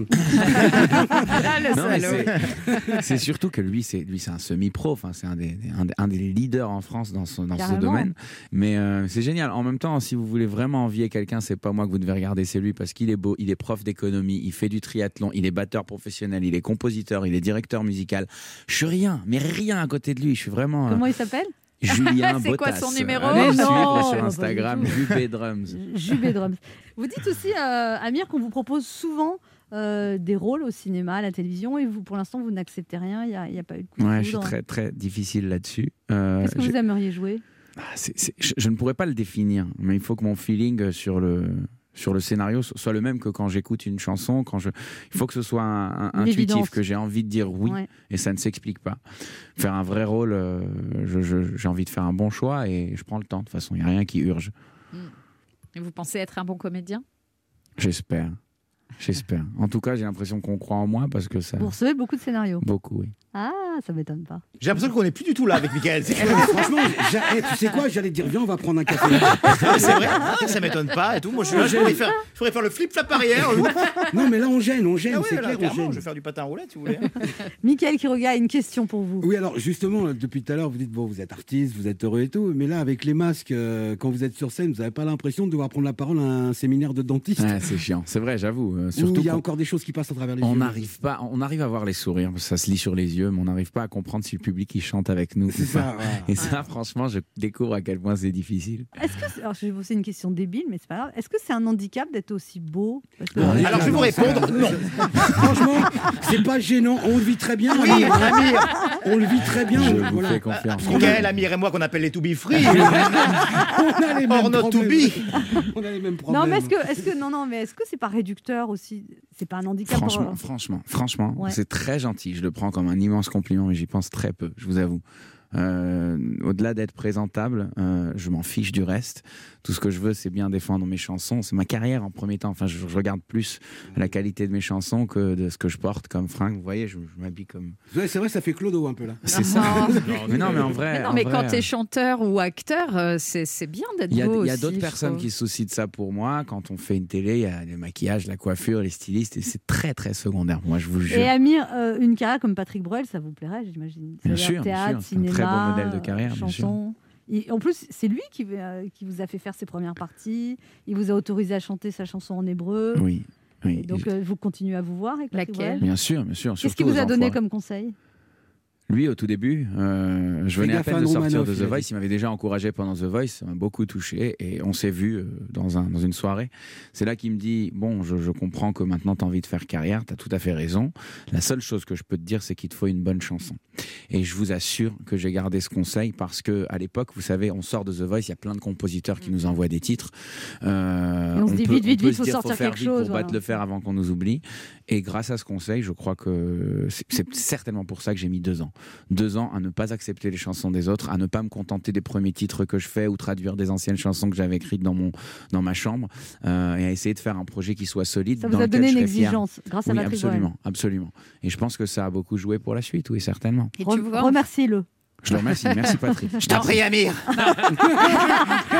Speaker 12: Non, mais c'est- C'est surtout que lui, c'est lui, c'est un semi-pro. Enfin, c'est un des, des- un, des- un des leaders en France dans, ce- dans ce
Speaker 15: Carrément.
Speaker 12: domaine. Mais euh, c'est génial. En même temps, si vous voulez vraiment envier quelqu'un, c'est pas moi que vous devez regarder, c'est lui parce qu'il est beau, il est prof d'économie, il fait du triathlon, il est batteur professionnel, il est compositeur, il est directeur musical. Je suis rien, mais rien à côté de lui. Je suis vraiment. euh,
Speaker 2: Comment il s'appelle
Speaker 12: Julien
Speaker 2: C'est quoi
Speaker 12: Bottas.
Speaker 2: son numéro
Speaker 12: Allez le
Speaker 2: Oh, Non, Oh, pas
Speaker 12: suivre
Speaker 2: du
Speaker 12: sur Instagram,
Speaker 2: tout.
Speaker 12: Jubé Drums.
Speaker 2: Jubé Drums. Vous dites aussi, euh, Amir, qu'on vous propose souvent euh, des rôles au cinéma, à la télévision, et vous, pour l'instant, vous n'acceptez rien, il n'y a, il y a pas eu de coup de
Speaker 12: Ouais, je suis
Speaker 2: foudre.
Speaker 12: très très difficile là-dessus. Euh,
Speaker 2: Qu'est-ce que
Speaker 12: j'ai-
Speaker 2: vous aimeriez jouer
Speaker 12: Ah, c'est- c'est- je, je ne pourrais pas le définir, mais il faut que mon feeling euh, sur le, sur le scénario so- soit le même que quand j'écoute une chanson. Quand je... Il faut que ce soit un, un-
Speaker 15: Une
Speaker 12: intuitif,
Speaker 15: évidence.
Speaker 12: que j'ai envie de dire oui,
Speaker 15: Ouais.
Speaker 12: et ça ne s'explique pas. Faire un vrai rôle, euh, je- je- j'ai envie de faire un bon choix, et je prends le temps. De toute façon, il n'y a rien qui urge.
Speaker 3: Et vous pensez être un bon comédien
Speaker 12: J'espère. J'espère. En tout cas, j'ai l'impression qu'on croit en moi parce que ça.
Speaker 2: Vous recevez beaucoup de scénarios.
Speaker 12: Beaucoup, oui.
Speaker 2: Ah, ça m'étonne pas.
Speaker 12: J'ai l'impression qu'on n'est plus du tout là avec Michael.
Speaker 4: Eh ben, franchement, j'a- eh, tu sais quoi, j'allais dire, viens, on va prendre un café.
Speaker 13: c'est vrai, ah, ça m'étonne pas et tout. Moi, je, je pourrais faire, je pourrais faire le flip-flap arrière.
Speaker 4: Non, mais là, on gêne, on gêne,
Speaker 13: Ah ouais,
Speaker 4: c'est
Speaker 13: là,
Speaker 4: clair, on
Speaker 13: clairement,
Speaker 4: gêne.
Speaker 13: je vais faire du patin roulette, si vous voulez.
Speaker 2: Michael Quiroga a une question pour vous.
Speaker 4: Oui, alors justement, depuis tout à l'heure, vous dites, bon, vous êtes artiste, vous êtes heureux et tout, mais là, avec les masques, euh, quand vous êtes sur scène, vous n'avez pas l'impression de devoir prendre la parole à un séminaire de dentiste.
Speaker 12: Ouais, c'est chiant, c'est vrai, j'avoue. euh,
Speaker 4: Où
Speaker 12: surtout
Speaker 4: il y a
Speaker 12: qu'on-
Speaker 4: encore des choses qui passent à travers les
Speaker 12: on
Speaker 4: yeux.
Speaker 12: n'arrive pas, on arrive à voir les sourires, parce que ça se lit sur les yeux, mais on n'arrive pas à comprendre si le public il chante avec nous. ou
Speaker 4: ça,
Speaker 12: pas.
Speaker 4: ouais.
Speaker 12: Et ça, franchement, je découvre à quel point c'est difficile.
Speaker 2: Est-ce que c'est- alors, je vais poser une question débile, mais c'est pas grave. Est-ce que c'est un handicap d'être aussi beau Parce que-
Speaker 13: Alors, je vais vous répondre,
Speaker 4: ça-
Speaker 13: non.
Speaker 4: Franchement, c'est pas gênant, on le vit très bien.
Speaker 13: Oui,
Speaker 4: Amir.
Speaker 13: Amir.
Speaker 4: On le vit très bien.
Speaker 13: Je vous
Speaker 4: voilà.
Speaker 13: fais
Speaker 12: confiance.
Speaker 13: Quel Amir et moi qu'on appelle les to be free
Speaker 4: On a les mêmes
Speaker 13: Or not to
Speaker 4: problèmes.
Speaker 13: be
Speaker 4: On a les mêmes problèmes.
Speaker 2: Non, mais est-ce que, est-ce que, non, non, mais est-ce que c'est pas réducteur aussi C'est pas un handicap pour-
Speaker 12: Franchement, franchement, franchement,
Speaker 2: Ouais.
Speaker 12: c'est très gentil. Je le prends comme un immense compliment, mais j'y pense très peu, je vous avoue. Euh, Au-delà d'être présentable, euh, je m'en fiche du reste. Tout ce que je veux, c'est bien défendre mes chansons. C'est ma carrière en premier temps. Enfin, je, je regarde plus la qualité de mes chansons que de ce que je porte comme fringue. Vous voyez, je, je m'habille comme.
Speaker 4: Ouais, c'est vrai, ça fait Clodo un peu là.
Speaker 12: C'est ça.
Speaker 2: Ah.
Speaker 12: mais non, mais en vrai.
Speaker 3: Mais non,
Speaker 12: en
Speaker 3: mais
Speaker 12: vrai,
Speaker 3: quand t'es
Speaker 12: euh,
Speaker 3: chanteur ou acteur, euh, c'est c'est bien d'être
Speaker 12: il y a,
Speaker 3: beau
Speaker 12: il y a
Speaker 3: aussi,
Speaker 12: d'autres
Speaker 3: je
Speaker 12: personnes
Speaker 3: trouve.
Speaker 12: qui se soucient de ça pour moi. Quand on fait une télé, il y a le maquillage, la coiffure, les stylistes, et c'est très très secondaire. Moi, je vous jure.
Speaker 2: Et Amir, euh, une carrière comme Patrick Bruel, ça vous plairait, j'imagine.
Speaker 12: Bien
Speaker 2: C'est-à-dire
Speaker 12: sûr, bien
Speaker 2: théâtre,
Speaker 12: sûr, c'est un
Speaker 2: cinéma,
Speaker 12: très beau modèle de carrière, bien sûr.
Speaker 2: chanson. Et en plus, c'est lui qui, euh, qui vous a fait faire ses premières parties. Il vous a autorisé à chanter sa chanson en hébreu.
Speaker 12: Oui, oui.
Speaker 2: Et donc, euh, vous continuez à vous voir avec Patrick Bruel
Speaker 12: Bien sûr, bien sûr.
Speaker 2: Qu'est-ce
Speaker 12: surtout
Speaker 2: qu'il vous
Speaker 12: aux
Speaker 2: a donné
Speaker 12: enfoirés.
Speaker 2: comme conseil
Speaker 12: Lui, au tout début, euh, je
Speaker 4: Fais
Speaker 12: venais à
Speaker 4: gaffe
Speaker 12: peine
Speaker 4: à
Speaker 12: de sortir
Speaker 4: Romanoff,
Speaker 12: de
Speaker 4: il a
Speaker 12: The
Speaker 4: dit.
Speaker 12: Voice. Il m'avait déjà encouragé pendant The Voice. Ça m'a beaucoup touché. Et on s'est vu euh, dans, un, dans une soirée. C'est là qu'il me dit Bon, je, je comprends que maintenant tu as envie de faire carrière. Tu as tout à fait raison. La seule chose que je peux te dire, c'est qu'il te faut une bonne chanson. Et je vous assure que j'ai gardé ce conseil parce que à l'époque, vous savez, on sort de The Voice. Il y a plein de compositeurs qui nous envoient des titres. Euh,
Speaker 2: Et on se dit, vite, vite,
Speaker 12: peut
Speaker 2: vite,
Speaker 12: se
Speaker 2: faut
Speaker 12: dire,
Speaker 2: sortir
Speaker 12: faire
Speaker 2: quelque
Speaker 12: vite
Speaker 2: chose, hein.
Speaker 12: Pour
Speaker 2: voilà.
Speaker 12: battre le faire avant qu'on nous oublie. Et grâce à ce conseil, je crois que c'est- c'est certainement pour ça que j'ai mis deux ans. Deux ans à ne pas accepter les chansons des autres, à ne pas me contenter des premiers titres que je fais ou traduire des anciennes chansons que j'avais écrites dans, mon, dans ma chambre euh, et à essayer de faire un projet qui soit solide.
Speaker 2: Ça vous
Speaker 12: dans
Speaker 2: a
Speaker 12: lequel
Speaker 2: donné une
Speaker 12: je serais fier.
Speaker 2: exigence, grâce à
Speaker 12: oui,
Speaker 2: Patrick Bruel.
Speaker 12: absolument, absolument. Et je pense que ça a beaucoup joué pour la suite, oui, certainement.
Speaker 2: Re- Remerciez-le.
Speaker 12: Je le remercie. Merci, Patrick.
Speaker 13: Je t'en prie, Amir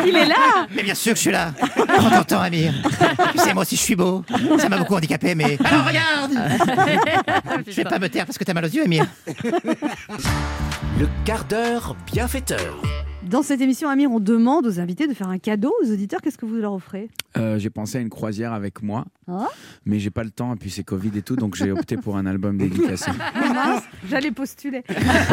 Speaker 2: Il est là
Speaker 13: Mais bien sûr que je suis là Prends ton temps, Amir Tu sais, moi aussi, je suis beau. Ça m'a beaucoup handicapé, mais...
Speaker 3: Ah,
Speaker 13: Alors, regarde Je vais pas me taire parce que t'as mal aux yeux, Amir
Speaker 1: Le quart d'heure bienfaiteur.
Speaker 2: Dans cette émission, Amir, on demande aux invités de faire un cadeau aux auditeurs. Qu'est-ce que vous leur offrez
Speaker 12: Euh, j'ai pensé à une croisière avec moi,
Speaker 2: Hein
Speaker 12: mais j'ai pas le temps, et puis c'est Covid et tout, donc j'ai opté pour un album dédicacé.
Speaker 2: Ah mince, J'allais postuler.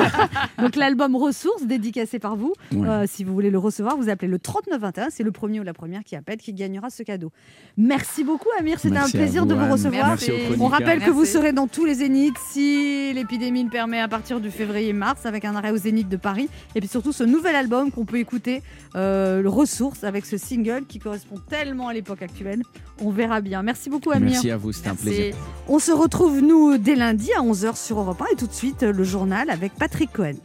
Speaker 2: Donc l'album Ressources, dédicacé par vous.
Speaker 12: Ouais.
Speaker 2: Euh, si vous voulez le recevoir, vous appelez le 3921. C'est le premier ou la première qui appelle qui gagnera ce cadeau. Merci beaucoup Amir, c'était un
Speaker 12: Merci à
Speaker 2: plaisir
Speaker 12: vous,
Speaker 2: de vous
Speaker 12: Anne.
Speaker 2: recevoir.
Speaker 12: Merci aux
Speaker 2: On
Speaker 12: chroniqueurs.
Speaker 2: rappelle que vous
Speaker 12: Merci.
Speaker 2: serez dans tous les zéniths si l'épidémie le permet à partir du février-mars avec un arrêt au zénith de Paris. Et puis surtout ce nouvel album qu'on peut écouter, euh, le Ressources, avec ce single qui correspond tellement à l'époque actuelle. On verra bien. Merci beaucoup Amir.
Speaker 12: Merci à vous, c'était un plaisir.
Speaker 2: On se retrouve, nous, dès lundi à 11h sur Europe 1 et tout de suite, le journal avec Patrick Cohen.